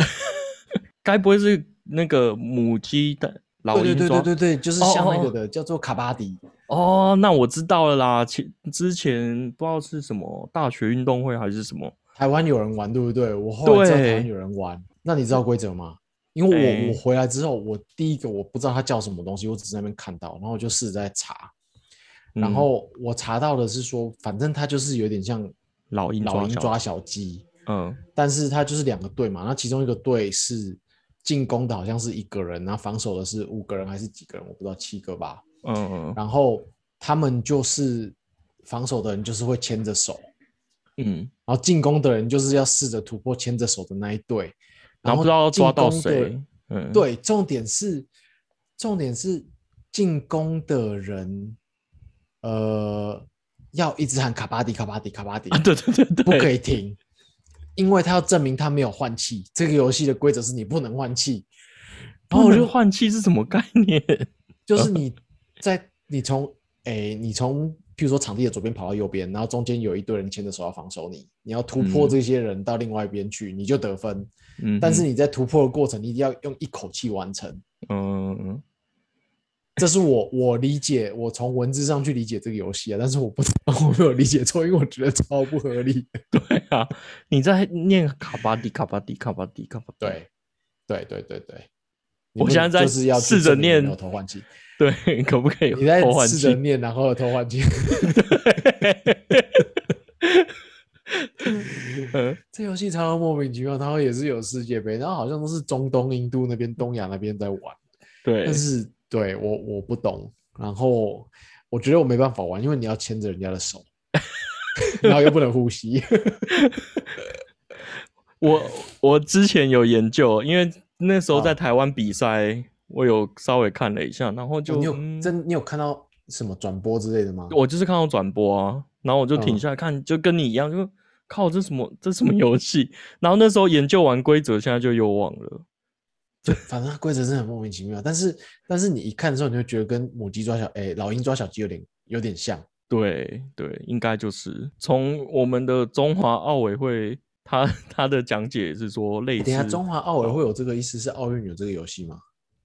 Speaker 1: 该不会是那个母鸡的 <laughs> 老
Speaker 2: 对
Speaker 1: 鹰
Speaker 2: 对对
Speaker 1: 抓
Speaker 2: 对对对，就是
Speaker 1: 哦
Speaker 2: 像那
Speaker 1: 哦
Speaker 2: 个
Speaker 1: 哦
Speaker 2: 的叫做卡巴迪，
Speaker 1: 哦，那我知道了啦。前之前不知道是什么大学运动会还是什么，
Speaker 2: 台湾有人玩，对不对？我后来知道台湾
Speaker 1: 对
Speaker 2: 有人玩，那你知道规则吗？因为我我
Speaker 1: 哎
Speaker 2: 回来之后，我第一个我不知道它叫什么东西，我只是在那边看到，然后我就试着在查，然
Speaker 1: 嗯
Speaker 2: 后我查到的是说，反正它就是有点像
Speaker 1: 老鹰
Speaker 2: 老鹰
Speaker 1: 小
Speaker 2: 抓小鸡，
Speaker 1: 嗯
Speaker 2: 但是它就是两个队嘛，那其中一个队是进攻的，好像是一个人，然后防守的是五个人还是几个人，我不知道七个吧。
Speaker 1: 嗯
Speaker 2: 然后他们就是防守的人就是会牵着手，
Speaker 1: 嗯，
Speaker 2: 然后进攻的人就是要试着突破牵着手的那一队，
Speaker 1: 然后不知道要抓到
Speaker 2: 进攻的
Speaker 1: 谁。。嗯，，
Speaker 2: 对，重点是重点是进攻的人，呃，要一直喊卡巴迪卡巴迪卡巴迪
Speaker 1: 啊，，对对对对，
Speaker 2: 不可以停，因为他要证明他没有换气。这个游戏的规则是你不能换气，然
Speaker 1: 不
Speaker 2: 后我
Speaker 1: 能
Speaker 2: 就
Speaker 1: 换气是什么概念？ <laughs>
Speaker 2: 就是
Speaker 1: 嗯
Speaker 2: 你在你从诶、你从譬如说场地的左边跑到右边，然后中间有一堆人牵着手要防守你，你要突
Speaker 1: 嗯
Speaker 2: 破这些人到另外一边去，你就得分。
Speaker 1: 嗯哼，
Speaker 2: 但是你在突破的过程，你一定要用一口气完成。
Speaker 1: 嗯嗯 <laughs> 嗯
Speaker 2: 这是我我理解，我从文字上去理解这个游戏啊，但是我不知道我没有理解错，因为我觉得超不
Speaker 1: <laughs>
Speaker 2: 合理。
Speaker 1: 对啊，你在念卡巴迪卡巴迪卡巴迪卡巴迪，
Speaker 2: 对，对对对对，你
Speaker 1: 我
Speaker 2: 不
Speaker 1: 现在在
Speaker 2: 就是要去
Speaker 1: 试着
Speaker 2: 证明你没
Speaker 1: 念
Speaker 2: 有偷换气，
Speaker 1: 对，可不可以
Speaker 2: 你在
Speaker 1: 偷换
Speaker 2: 试着
Speaker 1: 气？
Speaker 2: 念，然后有偷换气，
Speaker 1: 嗯
Speaker 2: <laughs> 这游戏超莫名其妙，它也是有世界杯，然后好像都是中东、印度那边、东亚那边在玩，
Speaker 1: <laughs> 对
Speaker 2: 但，是对我我不懂，然后我觉得我没办法玩，因为你要牵着人家
Speaker 1: <laughs>
Speaker 2: 的手，然后又不能呼吸。
Speaker 1: 我我之前有研究，因为那时候在
Speaker 2: 啊
Speaker 1: 台湾比赛，我有稍微看了一下，然后就、
Speaker 2: 哦你有
Speaker 1: 嗯
Speaker 2: 真你有看到什么转播之类的吗？
Speaker 1: 我就是看到转播啊，然后我就停
Speaker 2: 嗯
Speaker 1: 下来看，就跟你一样，就靠这什么这什么游戏，然后那时候研究完规则，现在就又忘了。
Speaker 2: 就反正它规则真的很莫名其妙，但是但是你一看之后，你就觉得跟母鸡抓小哎、老鹰抓小鸡有点有点像。
Speaker 1: 对对，应该就是从我们的中华奥委会，他他的讲解也是说类
Speaker 2: 等一下，
Speaker 1: 似，
Speaker 2: 中华奥委会有这个意思是奥运有这个游戏吗？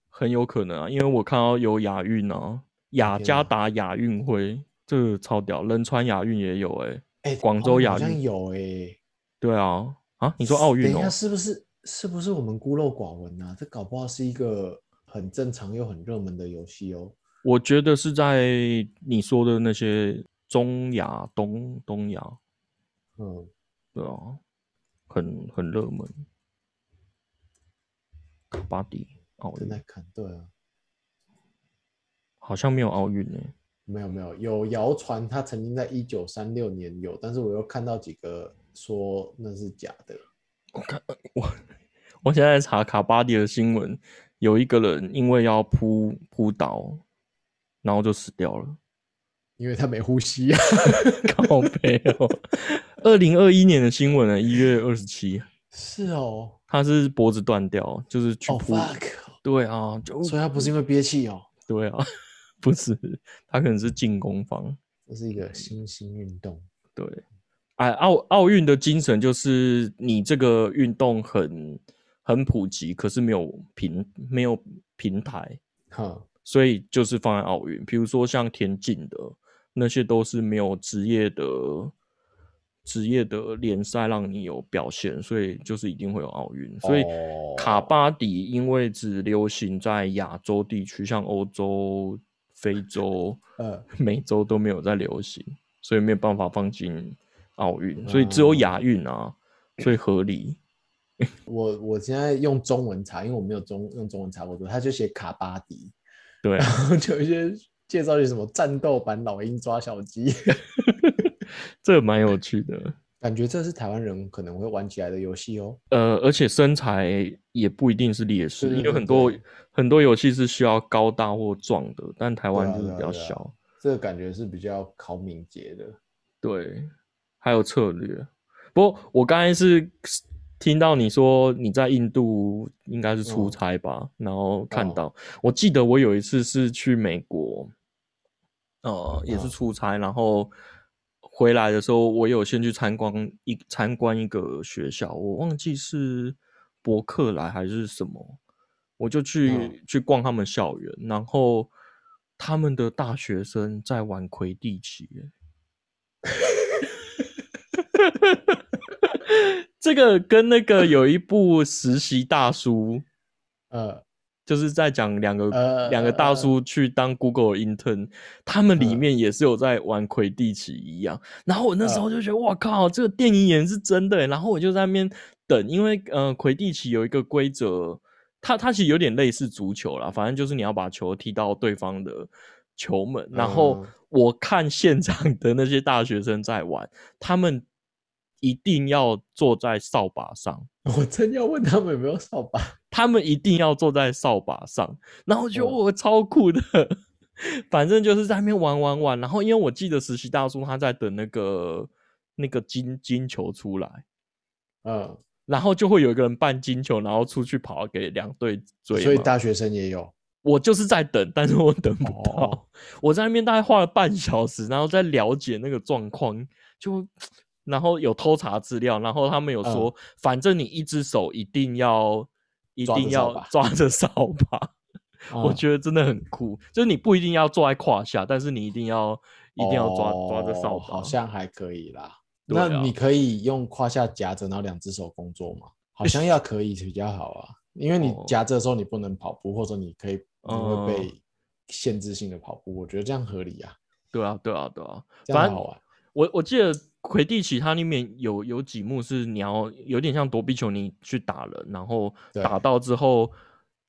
Speaker 1: 很有可能啊，因为我看到有亚运啊，雅
Speaker 2: 哦天
Speaker 1: 加
Speaker 2: 哪
Speaker 1: 达亚运会，这个超屌，仁川亚运也有哎、
Speaker 2: 哎、
Speaker 1: 广州亚
Speaker 2: 好像
Speaker 1: 运
Speaker 2: 有哎、
Speaker 1: 对啊，啊，你说奥运
Speaker 2: 等一
Speaker 1: 哦
Speaker 2: 下，？是不是是不是我们孤陋寡闻啊？这搞不好是一个很正常又很热门的游戏哦。
Speaker 1: 我觉得是在你说的那些中亚、东东亚，
Speaker 2: 嗯，
Speaker 1: 对啊，很很热门。卡巴迪奥
Speaker 2: 正在
Speaker 1: 运
Speaker 2: 看，对啊，
Speaker 1: 好像没有奥运呢、
Speaker 2: 没有没有，有谣传他曾经在一九三六年有，但是我又看到几个说那是假的。
Speaker 1: 我看我我现在查卡巴迪的新闻，有一个人因为要扑扑倒，然后就死掉了。
Speaker 2: 因为他没呼吸啊， <laughs>
Speaker 1: 靠背哦，二零二一年的新闻呢，一月二十七，
Speaker 2: 是哦，
Speaker 1: 他是脖子断掉，就是去
Speaker 2: 哦、
Speaker 1: 扑。
Speaker 2: fuck，
Speaker 1: 对啊，就
Speaker 2: 哦所以他不是因为憋气哦，
Speaker 1: 对啊， <laughs> 不是，他可能是进攻方。
Speaker 2: 这是
Speaker 1: 嗯
Speaker 2: 一个新兴运动。
Speaker 1: 对，哎，奥奥运的精神就是你这个运动很很普及，可是没有平没有平台，
Speaker 2: 哈，
Speaker 1: 所以就是放在奥运。比如说像田径的那些，都是没有职业的职业的联赛让你有表现，所以就是一定会有奥运。所以
Speaker 2: 哦
Speaker 1: 卡巴迪因为只流行在亚洲地区，像欧洲、非洲。
Speaker 2: 呃，
Speaker 1: 每周都没有在流行，所以没有办法放进奥运，所以只有
Speaker 2: 哦
Speaker 1: 亚运啊，最合理。
Speaker 2: 我我现在用中文查，因为我没有中用中文查过，他就写卡巴迪，
Speaker 1: 对啊， <laughs>
Speaker 2: 然 <laughs> 后就有一些介绍一些什么战斗版老鹰抓小鸡，
Speaker 1: 这蛮有趣的。
Speaker 2: 感觉这是台湾人可能会玩起来的游戏哦。
Speaker 1: 呃，而且身材也不一定是劣势，
Speaker 2: 对对
Speaker 1: 因为
Speaker 2: 对
Speaker 1: 很多
Speaker 2: 对
Speaker 1: 很多游戏是需要高大或壮的，但台湾
Speaker 2: 对啊
Speaker 1: 就是
Speaker 2: 对啊
Speaker 1: 比较
Speaker 2: 对啊
Speaker 1: 小。
Speaker 2: 这个感觉是比较考敏捷的，
Speaker 1: 对，还有策略。不过我刚才是听到你说你在印度应该是出
Speaker 2: 嗯
Speaker 1: 差吧，然后看
Speaker 2: 哦
Speaker 1: 到，我记得我有一次是去美国，呃，也是
Speaker 2: 嗯
Speaker 1: 出差，然后回来的时候，我有先去参观一参观一个学校，我忘记是伯克莱还是什么，我就去、
Speaker 2: 嗯
Speaker 1: 去逛他们校园，然后他们的大学生在玩魁地奇耶。 <laughs> 这个跟那个有一部实习大叔，
Speaker 2: 呃，
Speaker 1: 就是在讲两个、
Speaker 2: 呃嗯
Speaker 1: 两个大叔去当 Google intern，他们里面也是有在玩魁地奇一样。然后我那时
Speaker 2: 嗯
Speaker 1: 候就觉得，哇靠，这个电影演是真的欸。然后我就在那边等，因为呃，魁地奇有一个规则，它它其实有点类似足球啦，反正就是你要把球踢到对方的球门。然后
Speaker 2: 嗯
Speaker 1: 我看现场的那些大学生在玩，他们一定要坐在扫把上。
Speaker 2: 呃我真要问他们有没有扫把，
Speaker 1: 他们一定要坐在扫把上，然后就
Speaker 2: 嗯
Speaker 1: 我超酷的， <laughs> 反正就是在那边玩玩玩。然后因为我记得实习大叔他在等那个那个金金球出来，
Speaker 2: 嗯，
Speaker 1: 然后就会有一个人扮金球，然后出去跑给两队追嘛。
Speaker 2: 所以大学生也有，
Speaker 1: 我就是在等，但是我等不到。
Speaker 2: 哦
Speaker 1: <laughs> 我在那边大概花了半小时，然后在了解那个状况，就然后有偷查资料，然后他们有说，
Speaker 2: 嗯
Speaker 1: 反正你一只手一定要一
Speaker 2: 抓着
Speaker 1: 定要
Speaker 2: 扫把
Speaker 1: 抓着扫把。 <laughs> 我
Speaker 2: 嗯哦
Speaker 1: 觉得真的很酷，就是你不一定要坐在胯下，但是你一定要一定要抓、抓着扫
Speaker 2: 哦
Speaker 1: 把。
Speaker 2: 好像还可以啦。
Speaker 1: 对啊
Speaker 2: 那你可以用胯下夹着，然后两只手工作吗？好像要可以比较好啊，因为你
Speaker 1: 哦
Speaker 2: 夹着的时候你不能跑步，或者你可以你
Speaker 1: 嗯
Speaker 2: 会被限制性的跑步，我觉得这样合理啊，
Speaker 1: 对啊，对啊，对啊。
Speaker 2: 这
Speaker 1: 反
Speaker 2: 样
Speaker 1: 正
Speaker 2: 好玩。
Speaker 1: 我我记得魁地奇它里面有有几幕是你要有点像躲避球，你去打人，然后
Speaker 2: 对
Speaker 1: 打到之后，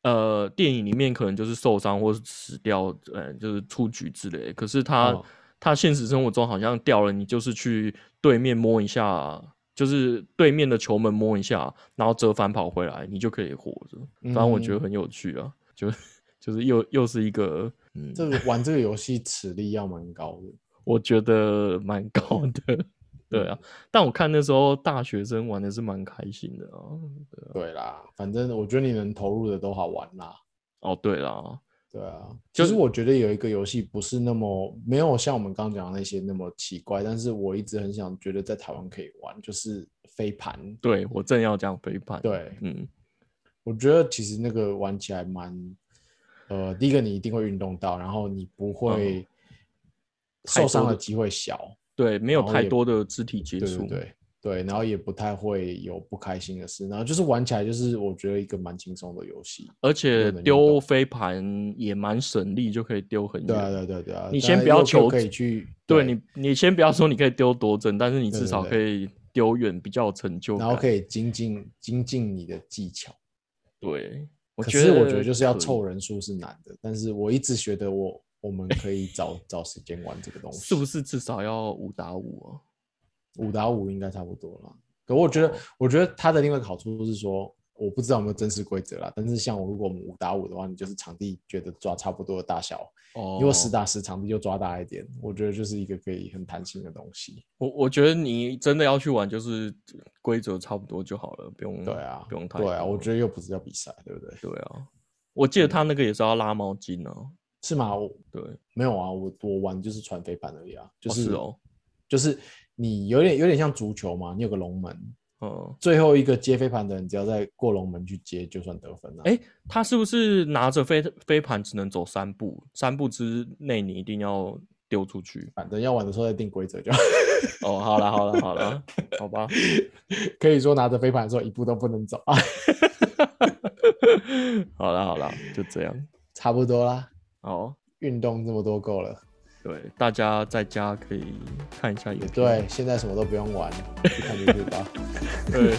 Speaker 1: 呃，电影里面可能就是受伤或是死掉，呃，就是出局之类的。可是他、
Speaker 2: 哦
Speaker 1: 他现实生活中好像掉了，你就是去对面摸一下。就是对面的球门摸一下，然后折返跑回来，你就可以活着。反正我觉得
Speaker 2: 嗯
Speaker 1: 很有趣啊，就就是又又是一个，嗯，
Speaker 2: 这个玩这个游戏齿力要蛮高的，
Speaker 1: 我觉得蛮高的。对
Speaker 2: 嗯
Speaker 1: 啊，但我看那时候大学生玩的是蛮开心的啊。对啊
Speaker 2: 对啦，反正我觉得你能投入的都好玩啦。
Speaker 1: 哦，对啦，
Speaker 2: 对啊，
Speaker 1: 就是
Speaker 2: 其实我觉得有一个游戏不是那么没有像我们刚刚讲的那些那么奇怪，但是我一直很想觉得在台湾可以玩，就是飞盘。
Speaker 1: 对我正要讲飞盘。
Speaker 2: 对
Speaker 1: 嗯，
Speaker 2: 我觉得其实那个玩起来蛮，呃，第一个你一定会运动到，然后你不会
Speaker 1: 嗯太
Speaker 2: 受
Speaker 1: 多
Speaker 2: 伤的
Speaker 1: 的
Speaker 2: 机会小，
Speaker 1: 对，没有
Speaker 2: 然后
Speaker 1: 太
Speaker 2: 也
Speaker 1: 多的肢体接
Speaker 2: 对
Speaker 1: 触。
Speaker 2: 对对对，然后也不太会有不开心的事，然后就是玩起来就是我觉得一个蛮轻松的游戏。
Speaker 1: 而且
Speaker 2: 有能运
Speaker 1: 丢
Speaker 2: 动
Speaker 1: 飞盘也蛮省力，就可以丢很远。
Speaker 2: 对啊对啊对啊对啊，
Speaker 1: 嗯你
Speaker 2: 但
Speaker 1: 先
Speaker 2: 是
Speaker 1: 不要
Speaker 2: 又又
Speaker 1: 求
Speaker 2: 可以
Speaker 1: 自
Speaker 2: 去
Speaker 1: 对你，你先不要说你可以丢多准，但是你
Speaker 2: 对
Speaker 1: 至
Speaker 2: 对
Speaker 1: 少
Speaker 2: 对
Speaker 1: 可以丢远，比较有成就
Speaker 2: 然
Speaker 1: 感。
Speaker 2: 后可以精进精进你的技巧。
Speaker 1: 对，我
Speaker 2: 可
Speaker 1: 觉
Speaker 2: 是
Speaker 1: 得
Speaker 2: 我觉得就是要
Speaker 1: 可以
Speaker 2: 凑人数是难的，但是我一直觉得我我们可以找找时间玩这个东西，
Speaker 1: 是不是至少要五打五啊？
Speaker 2: 五打五应该差不多了。可我
Speaker 1: 哦
Speaker 2: 觉得，我觉得它的另外一个好处是说，我不知道有没有正式规则啦，但是像我如果我们五打五的话，你就是场地觉得抓差不多的大小，
Speaker 1: 哦，
Speaker 2: 如果十打十场地就抓大一点，我觉得就是一个可以很弹性的东西。
Speaker 1: 我我觉得你真的要去玩，就是规则差不多就好了，不用
Speaker 2: 对啊，
Speaker 1: 不用太
Speaker 2: 对啊，我觉嗯
Speaker 1: 得
Speaker 2: 得又不是要比赛，对不对？
Speaker 1: 对啊，我记得他那个也是要拉毛巾啊，
Speaker 2: 是吗？我
Speaker 1: 对，
Speaker 2: 没有啊，我我玩就是传飞盘而已啊，就
Speaker 1: 哦
Speaker 2: 是,、
Speaker 1: 是哦，
Speaker 2: 就是你有点有点像足球嘛，你有个龙门，
Speaker 1: 嗯，
Speaker 2: 最后一个接飞盘的人只要在过龙门去接，就算得分了、
Speaker 1: 哎他是不是拿着飞飞盘只能走三步，三步之内你一定要丢出去？
Speaker 2: 反正要玩的时候再定规则就好。 <laughs>
Speaker 1: 哦，好了好了好了，好吧， <laughs>
Speaker 2: 可以说拿着飞盘的时候一步都不能走啊， <laughs>
Speaker 1: 好了好了，就这样，
Speaker 2: 差不多啦，
Speaker 1: 好。
Speaker 2: 运动这么多够了。
Speaker 1: 对，大家在家可以看一下影片。
Speaker 2: 对，现在什么都不用玩，去看 YouTube 吧。
Speaker 1: 对，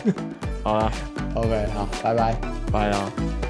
Speaker 1: 好啦，啊
Speaker 2: OK，好，拜拜。
Speaker 1: 拜啦。啊